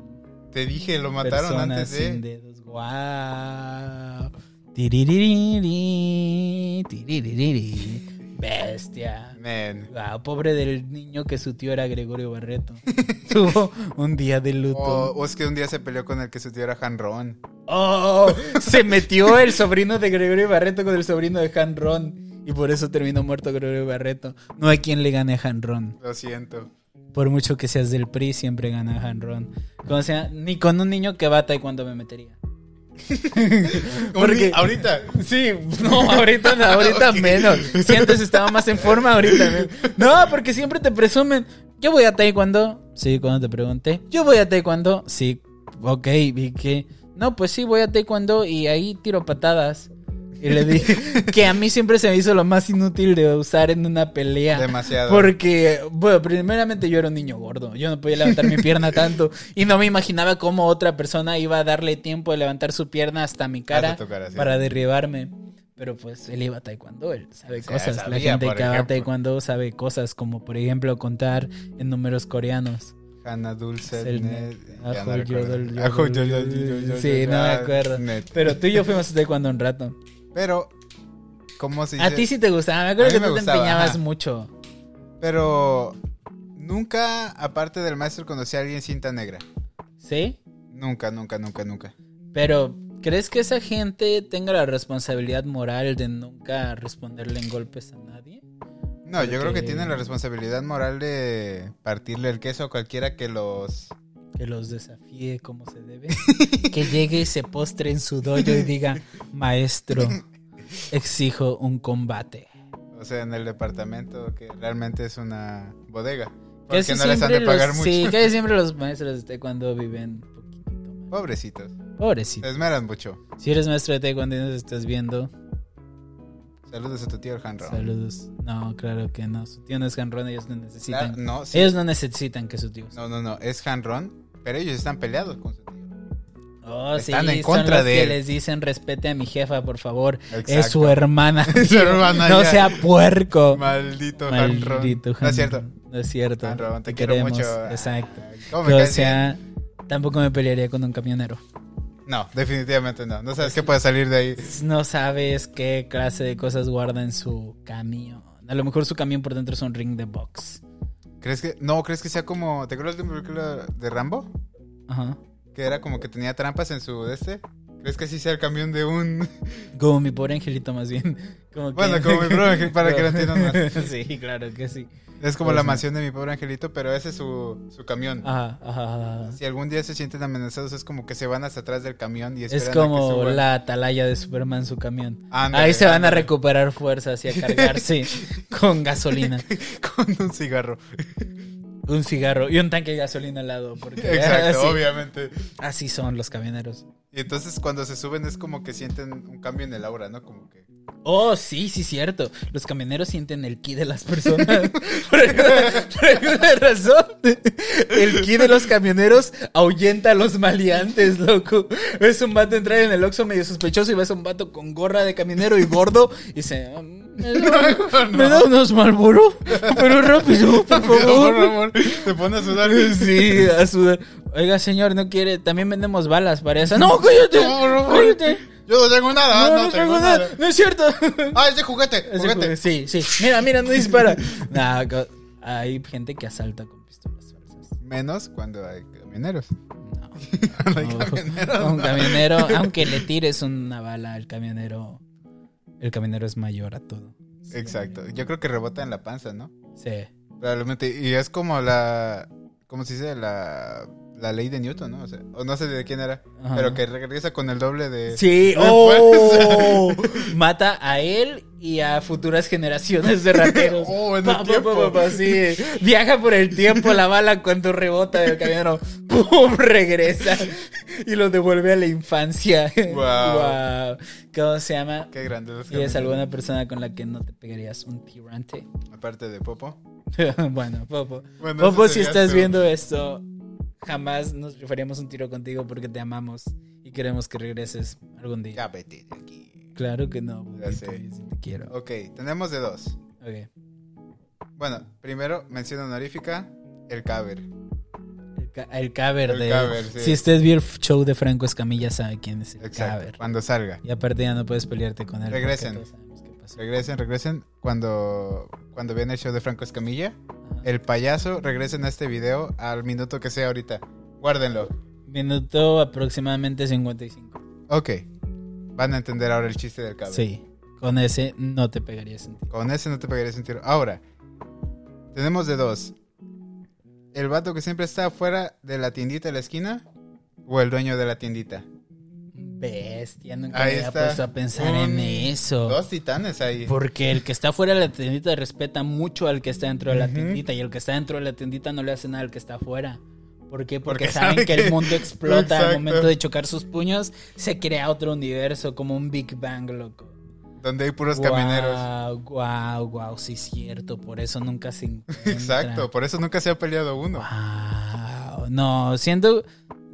Speaker 1: Te dije, lo mataron
Speaker 2: Personas
Speaker 1: antes de.
Speaker 2: sin dedos. Guau. Tiriririrí, tiriririrí. Bestia.
Speaker 1: Man.
Speaker 2: Guau, pobre del niño que su tío era Gregorio Barreto. Tuvo un día de luto.
Speaker 1: O,
Speaker 2: Oh,
Speaker 1: o es que un día se peleó con el que su tío era Hanron.
Speaker 2: Oh, se metió el sobrino de Gregorio Barreto con el sobrino de Han Ron. Y por eso terminó muerto Gregorio Barreto. No hay quien le gane a Han Ron.
Speaker 1: Lo siento.
Speaker 2: Por mucho que seas del PRI, siempre gana Han Ron. Como sea, ni con un niño que va a taekwondo me metería. Porque-
Speaker 1: Porque... Ahorita.
Speaker 2: Sí, no, ahorita, ahorita
Speaker 1: Ok.
Speaker 2: menos. Si antes estaba más en forma, ahorita menos. No, porque siempre te presumen. Yo voy a Taekwondo. Sí, cuando te pregunté. Yo voy a Taekwondo. Sí, ok, vi que. No, pues sí, voy a Taekwondo y ahí tiro patadas. Y le dije que a mí siempre se me hizo lo más inútil de usar en una pelea.
Speaker 1: Demasiado.
Speaker 2: Porque, bueno, primeramente yo era un niño gordo. Yo no podía levantar mi pierna tanto. Y no me imaginaba cómo otra persona iba a darle tiempo de levantar su pierna hasta mi cara
Speaker 1: Hasta tu cara, sí.
Speaker 2: para derribarme. Pero pues él iba a taekwondo, él sabe
Speaker 1: Sí,
Speaker 2: cosas. La
Speaker 1: sabía,
Speaker 2: gente
Speaker 1: por
Speaker 2: que va a
Speaker 1: ejemplo.
Speaker 2: taekwondo sabe cosas, como por ejemplo contar en números coreanos.
Speaker 1: Hannah Dulce. Net-
Speaker 2: Selnet. Ajo,
Speaker 1: ya no recuerdo.
Speaker 2: yodel,
Speaker 1: Ajo,
Speaker 2: yodel,
Speaker 1: yodel,
Speaker 2: yodel.
Speaker 1: yodel,
Speaker 2: Sí, no me
Speaker 1: ah,
Speaker 2: acuerdo.
Speaker 1: net.
Speaker 2: Pero tú y yo fuimos a taekwondo un rato.
Speaker 1: Pero, ¿cómo se dice?
Speaker 2: A ti sí te gustaba, me acuerdo
Speaker 1: A mí
Speaker 2: que
Speaker 1: me
Speaker 2: tú
Speaker 1: gustaba,
Speaker 2: te empeñabas
Speaker 1: ajá.
Speaker 2: mucho.
Speaker 1: Pero nunca, aparte del maestro, conocí a alguien cinta negra.
Speaker 2: ¿Sí?
Speaker 1: Nunca, nunca, nunca, nunca.
Speaker 2: Pero, ¿crees que esa gente tenga la responsabilidad moral de nunca responderle en golpes a nadie?
Speaker 1: No, yo creo que
Speaker 2: Porque-
Speaker 1: tienen la responsabilidad moral de partirle el queso a cualquiera que los...
Speaker 2: Que los desafíe como se debe. que llegue y se postre en su dojo y diga, maestro, exijo un combate.
Speaker 1: O sea, en el departamento, que realmente es una bodega.
Speaker 2: Que
Speaker 1: Porque
Speaker 2: eso
Speaker 1: no les han de
Speaker 2: siempre
Speaker 1: pagar
Speaker 2: los-
Speaker 1: mucho.
Speaker 2: Sí, que siempre los maestros de taekwondo viven un poquitito más.
Speaker 1: Pobrecitos.
Speaker 2: Pobrecito.
Speaker 1: Esmeran mucho.
Speaker 2: Si eres maestro de taekwondo y nos estás viendo,
Speaker 1: Saludos a tu tío el Hanro.
Speaker 2: saludos. No, claro que no. Su tío no es Hanron, ellos no necesitan.
Speaker 1: Claro, no, sí.
Speaker 2: Ellos no necesitan que su tío.
Speaker 1: No, no, no. Es Hanron, pero ellos están peleados con su tío.
Speaker 2: Oh,
Speaker 1: Están
Speaker 2: sí,
Speaker 1: en contra
Speaker 2: son los
Speaker 1: de
Speaker 2: que
Speaker 1: él.
Speaker 2: les dicen respete a mi jefa, por favor. Es
Speaker 1: Exacto.
Speaker 2: su hermana.
Speaker 1: Es su hermana,
Speaker 2: no
Speaker 1: ya.
Speaker 2: sea puerco.
Speaker 1: Maldito,
Speaker 2: Maldito
Speaker 1: Hanron. No es cierto.
Speaker 2: Hanron. No es cierto.
Speaker 1: Hanron, te,
Speaker 2: Te
Speaker 1: quiero
Speaker 2: queremos,
Speaker 1: mucho.
Speaker 2: Exacto.
Speaker 1: Ah, ¿Cómo me
Speaker 2: Que, o
Speaker 1: caes bien?
Speaker 2: sea, tampoco me pelearía con un camionero.
Speaker 1: No, definitivamente no. No sabes qué puede salir de ahí.
Speaker 2: No sabes qué clase de cosas guarda en su camión. A lo mejor su camión por dentro es un ring de box.
Speaker 1: ¿Crees que.? No, ¿crees que sea como. ¿Te acuerdas de la película de Rambo?
Speaker 2: Ajá.
Speaker 1: Que era como que tenía trampas en su. de este. ¿Crees que así sea el camión de un.
Speaker 2: Como mi pobre angelito, más bien. Como que-
Speaker 1: Bueno, como mi pobre angel- para que lo entiendan más.
Speaker 2: sí, claro que sí.
Speaker 1: Es como
Speaker 2: Pues
Speaker 1: la
Speaker 2: sí.
Speaker 1: mansión de mi pobre angelito, pero ese es su, su camión.
Speaker 2: Ajá, ajá, ajá.
Speaker 1: Si algún día se sienten amenazados, es como que se van hasta atrás del camión y esperan
Speaker 2: Es
Speaker 1: a que
Speaker 2: como
Speaker 1: suban.
Speaker 2: la atalaya de Superman, su camión.
Speaker 1: Ándale,
Speaker 2: Ahí se van a
Speaker 1: ándale.
Speaker 2: recuperar fuerzas y a cargarse con gasolina,
Speaker 1: Con un cigarro.
Speaker 2: un cigarro y un tanque de gasolina al lado. Porque
Speaker 1: Exacto,
Speaker 2: así,
Speaker 1: obviamente.
Speaker 2: así son los camioneros.
Speaker 1: Y entonces cuando se suben es como que sienten un cambio en el aura, ¿no? Como que.
Speaker 2: Oh, sí, sí, cierto. Los camioneros sienten el ki de las personas. Por alguna, por alguna razón. El ki de los camioneros ahuyenta a los maleantes, loco. Ves un vato entrar en el Oxxo medio sospechoso y ves a un vato con gorra de camionero y gordo y se... ¿Me da, me da unos Marlboro? Pero rápido, por favor.
Speaker 1: Por favor, te pone a sudar.
Speaker 2: Sí, a sudar. Oiga, señor, no quiere. También vendemos balas para eso. No, cállate.
Speaker 1: No, no, no.
Speaker 2: cállate.
Speaker 1: Yo no tengo nada,
Speaker 2: No,
Speaker 1: no,
Speaker 2: no,
Speaker 1: tengo
Speaker 2: traigo
Speaker 1: nada.
Speaker 2: nada. No es cierto.
Speaker 1: Ah, es de juguete,
Speaker 2: Ese
Speaker 1: juguete.
Speaker 2: juego- Sí, sí. Mira, mira, no dispara. Nah, co- hay gente que asalta con pistolas falsas.
Speaker 1: Menos cuando hay camioneros.
Speaker 2: No.
Speaker 1: Cuando hay
Speaker 2: No.
Speaker 1: camioneros,
Speaker 2: Un
Speaker 1: no.
Speaker 2: camionero, aunque le tires una bala al camionero, el camionero es mayor a todo.
Speaker 1: Exacto. Yo creo que rebota en la panza, ¿no?
Speaker 2: Sí.
Speaker 1: Probablemente. Y es como la. ¿Cómo se dice? La, la ley de Newton, ¿no? O, sea, o no sé de quién era.
Speaker 2: Ajá.
Speaker 1: Pero que regresa con el doble de.
Speaker 2: Sí,
Speaker 1: de
Speaker 2: oh, mata a él y a futuras generaciones de rateros.
Speaker 1: Oh, en el
Speaker 2: Pa, pa,
Speaker 1: tiempo.
Speaker 2: pa, pa, pa, sí. Viaja por el tiempo la bala cuando rebota del camionero. ¡Pum! Regresa y lo devuelve a la infancia.
Speaker 1: Wow.
Speaker 2: Wow. ¿Cómo se llama?
Speaker 1: Qué grande. los
Speaker 2: Si es
Speaker 1: camioneros.
Speaker 2: alguna persona con la que no te pegarías un tirante.
Speaker 1: Aparte de Popo.
Speaker 2: bueno, Popo.
Speaker 1: Bueno,
Speaker 2: Popo,
Speaker 1: eso
Speaker 2: si
Speaker 1: sería
Speaker 2: estás
Speaker 1: tú.
Speaker 2: viendo esto, jamás nos rifaríamos un tiro contigo porque te amamos y queremos que regreses algún día.
Speaker 1: Ya vete de aquí.
Speaker 2: Claro que no,
Speaker 1: Ya
Speaker 2: Bobito,
Speaker 1: sé.
Speaker 2: yo sí te quiero.
Speaker 1: Ok, tenemos de dos.
Speaker 2: Ok.
Speaker 1: Bueno, primero, mención honorífica: el caber.
Speaker 2: El ca- el cover
Speaker 1: El
Speaker 2: de.
Speaker 1: cover, sí.
Speaker 2: Si usted vio el f- show de Franco Escamilla, sabe quién es el
Speaker 1: Exacto.
Speaker 2: cover.
Speaker 1: Cuando salga.
Speaker 2: Y aparte ya no puedes pelearte con él. porque
Speaker 1: Regresen.
Speaker 2: todos sabemos qué pasó.
Speaker 1: Regresen, regresen. Cuando, cuando vean el show de Franco Escamilla,
Speaker 2: Ajá.
Speaker 1: el payaso, regresen a este video al minuto que sea ahorita. Guárdenlo.
Speaker 2: Minuto aproximadamente 55.
Speaker 1: Ok. Van a entender ahora el chiste del cover.
Speaker 2: Sí. Con ese no te pegarías en ti.
Speaker 1: Con ese no te pegarías un tiro. Ahora, tenemos de dos. El vato que siempre está afuera de la tiendita de la esquina o el dueño de la tiendita.
Speaker 2: Bestia, nunca
Speaker 1: Ahí
Speaker 2: me había
Speaker 1: está.
Speaker 2: puesto a pensar en
Speaker 1: Un-
Speaker 2: eso.
Speaker 1: Dos titanes ahí.
Speaker 2: Porque el que está fuera de la tiendita respeta mucho al que está dentro de la
Speaker 1: Ujú.
Speaker 2: tiendita y el que está dentro de la tiendita no le hace nada al que está afuera. ¿Por qué? Porque,
Speaker 1: Porque
Speaker 2: saben
Speaker 1: sabe
Speaker 2: que,
Speaker 1: que-
Speaker 2: el mundo explota al
Speaker 1: Exacto.
Speaker 2: momento de chocar sus puños, se crea otro universo como un Big Bang, loco.
Speaker 1: Donde hay puros camineros.
Speaker 2: Wow, wow, sí es cierto, por eso nunca se encuentran.
Speaker 1: Exacto. Por eso nunca se ha peleado uno.
Speaker 2: Wow. No, siento.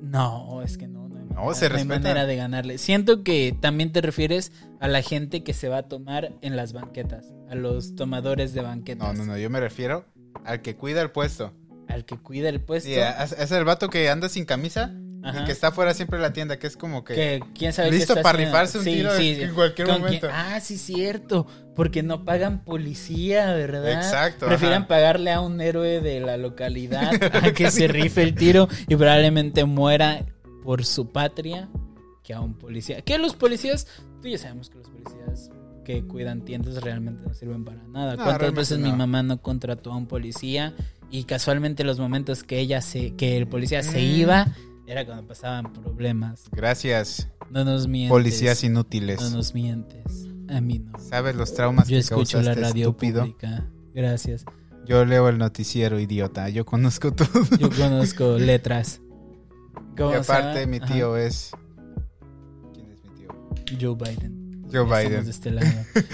Speaker 2: No, es que no, no hay, manera,
Speaker 1: No, se
Speaker 2: no hay
Speaker 1: respeta.
Speaker 2: manera de ganarle. Siento que también te refieres a la gente que se va a tomar en las banquetas, a los tomadores de
Speaker 1: No,
Speaker 2: banquetas,
Speaker 1: no, no. Yo me refiero al que cuida el puesto.
Speaker 2: al que cuida el puesto.
Speaker 1: Sí, a- es el vato que anda sin camisa
Speaker 2: Ajá.
Speaker 1: y que está afuera siempre de la tienda, que es como que...
Speaker 2: que quién sabe qué
Speaker 1: Listo
Speaker 2: está
Speaker 1: para
Speaker 2: haciendo.
Speaker 1: rifarse un tiro en cualquier
Speaker 2: ¿Con
Speaker 1: momento.
Speaker 2: Ah, sí, cierto. Porque no pagan policía, ¿verdad?
Speaker 1: Exacto,
Speaker 2: Prefieren
Speaker 1: ajá.
Speaker 2: pagarle a un héroe de la localidad a que se rife el tiro y probablemente muera por su patria que a un policía. Que los policías, tú ya sabemos que los policías que cuidan tiendas realmente no sirven para nada.
Speaker 1: No,
Speaker 2: ¿Cuántas
Speaker 1: realmente
Speaker 2: veces mi
Speaker 1: no.
Speaker 2: mamá no contrató a un policía y casualmente los momentos que ella se, que el policía se
Speaker 1: Mm.
Speaker 2: iba era cuando pasaban problemas.
Speaker 1: Gracias,
Speaker 2: No nos mientes.
Speaker 1: policías inútiles.
Speaker 2: No nos mientes. A mí no.
Speaker 1: Sabes los traumas
Speaker 2: Yo
Speaker 1: que
Speaker 2: escucho la
Speaker 1: causaste,
Speaker 2: radio
Speaker 1: estúpido.
Speaker 2: pública. Gracias.
Speaker 1: Yo leo el noticiero, idiota. Yo conozco todo.
Speaker 2: Yo conozco letras. ¿Cómo
Speaker 1: Y
Speaker 2: se
Speaker 1: aparte,
Speaker 2: llama?
Speaker 1: mi
Speaker 2: Ajá.
Speaker 1: tío es... ¿Quién es mi tío?
Speaker 2: Joe Biden.
Speaker 1: Joe
Speaker 2: Ya estamos
Speaker 1: Biden.
Speaker 2: de este lado.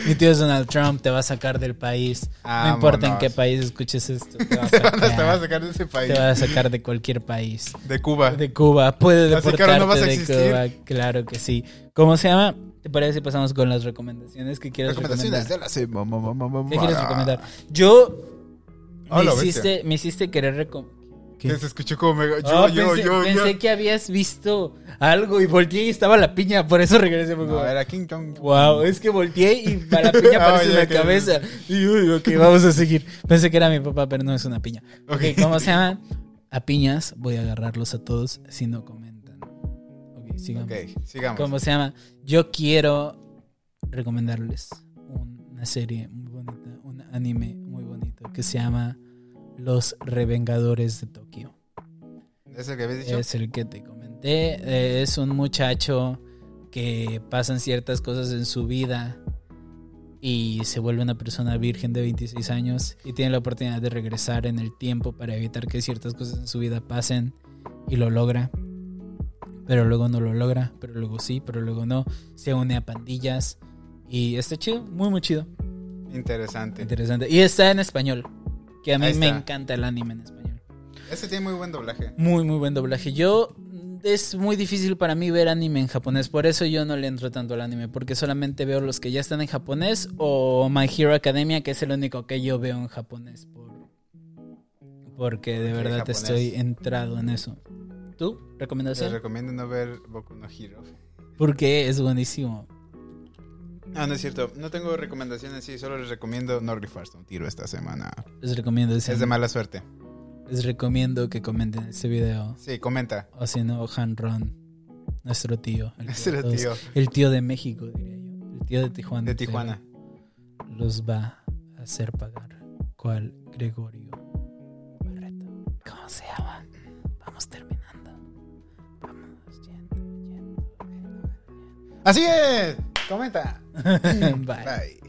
Speaker 2: Mi tío es Donald Trump. Te va a sacar del país. No importa en qué
Speaker 1: Ah, Vámonos.
Speaker 2: país escuches esto. Te va a
Speaker 1: Te van a- te van a
Speaker 2: sacar.
Speaker 1: sacar de ese
Speaker 2: Te
Speaker 1: país.
Speaker 2: va a sacar de cualquier país.
Speaker 1: De Cuba.
Speaker 2: De Cuba. Puede
Speaker 1: Así que ahora
Speaker 2: deportarte
Speaker 1: no vas a
Speaker 2: de
Speaker 1: existir.
Speaker 2: Cuba. Claro que sí. ¿Cómo se llama? ¿Te parece si pasamos con las recomendaciones que quieres
Speaker 1: Recomendaciones
Speaker 2: recomendar?
Speaker 1: de la semana.
Speaker 2: ¿Qué quieres recomendar? Yo
Speaker 1: Ah,
Speaker 2: me,
Speaker 1: la
Speaker 2: hiciste, me hiciste querer recomendar.
Speaker 1: Que se escuchó como mega... Yo, yo,
Speaker 2: Ah, pensé,
Speaker 1: yo, yo.
Speaker 2: pensé que habías visto algo y volteé y estaba la piña, por eso regresé. fue como,
Speaker 1: No, era King Kong.
Speaker 2: Wow, es que volteé y a la piña
Speaker 1: Ah,
Speaker 2: aparece
Speaker 1: ya,
Speaker 2: la
Speaker 1: que-
Speaker 2: cabeza. Y uy, ok, vamos a seguir. Pensé que era mi papá, pero no es una piña. Ok,
Speaker 1: Ok.
Speaker 2: ¿cómo se llama? A piñas, voy a agarrarlos a todos si no comentan. Ok, sigamos.
Speaker 1: Ok, sigamos.
Speaker 2: ¿Cómo se llama? Yo quiero recomendarles una serie muy bonita, un anime muy bonito que se llama Los Revengadores de Tokio.
Speaker 1: ¿Es el que habías dicho?
Speaker 2: Es el que te comenté. Eh, es un muchacho que pasan ciertas cosas en su vida y se vuelve una persona virgen de 26 años y tiene la oportunidad de regresar en el tiempo para evitar que ciertas cosas en su vida pasen y lo logra. Pero luego no lo logra, pero luego sí, pero luego no. Se une a pandillas y está chido, muy muy chido.
Speaker 1: Interesante.
Speaker 2: Interesante. Y está en español, que a mí
Speaker 1: Ahí
Speaker 2: me
Speaker 1: está.
Speaker 2: encanta el anime en español.
Speaker 1: Ese tiene muy buen doblaje.
Speaker 2: Muy, muy buen doblaje. Yo. Es muy difícil para mí ver anime en japonés. Por eso yo no le entro tanto al anime. Porque solamente veo los que ya están en japonés. O My Hero Academia, que es el único que yo veo en japonés. por- Porque de
Speaker 1: Porque
Speaker 2: verdad
Speaker 1: japonés.
Speaker 2: estoy entrado en eso. ¿Tú?
Speaker 1: Les
Speaker 2: ¿Recomendación?
Speaker 1: recomiendo no ver Boku no Hero.
Speaker 2: Porque es buenísimo.
Speaker 1: Ah, no es cierto. No tengo recomendaciones, sí. Solo les recomiendo no rifarse un tiro esta semana.
Speaker 2: Les recomiendo ese
Speaker 1: Es de
Speaker 2: anime.
Speaker 1: mala suerte.
Speaker 2: Les recomiendo que comenten este video.
Speaker 1: Sí, comenta.
Speaker 2: O si no, Hanron. Nuestro tío. el tío de
Speaker 1: Ese era
Speaker 2: todos.
Speaker 1: tío
Speaker 2: El tío de México, diría yo. El tío de Tijuana.
Speaker 1: de Tijuana.
Speaker 2: los va a hacer pagar. ¿Cuál? Gregorio Barreto. ¿Cómo se llama? Vamos terminando. Vamos yendo, yendo.
Speaker 1: Así es. Comenta.
Speaker 2: Bye.
Speaker 1: Bye.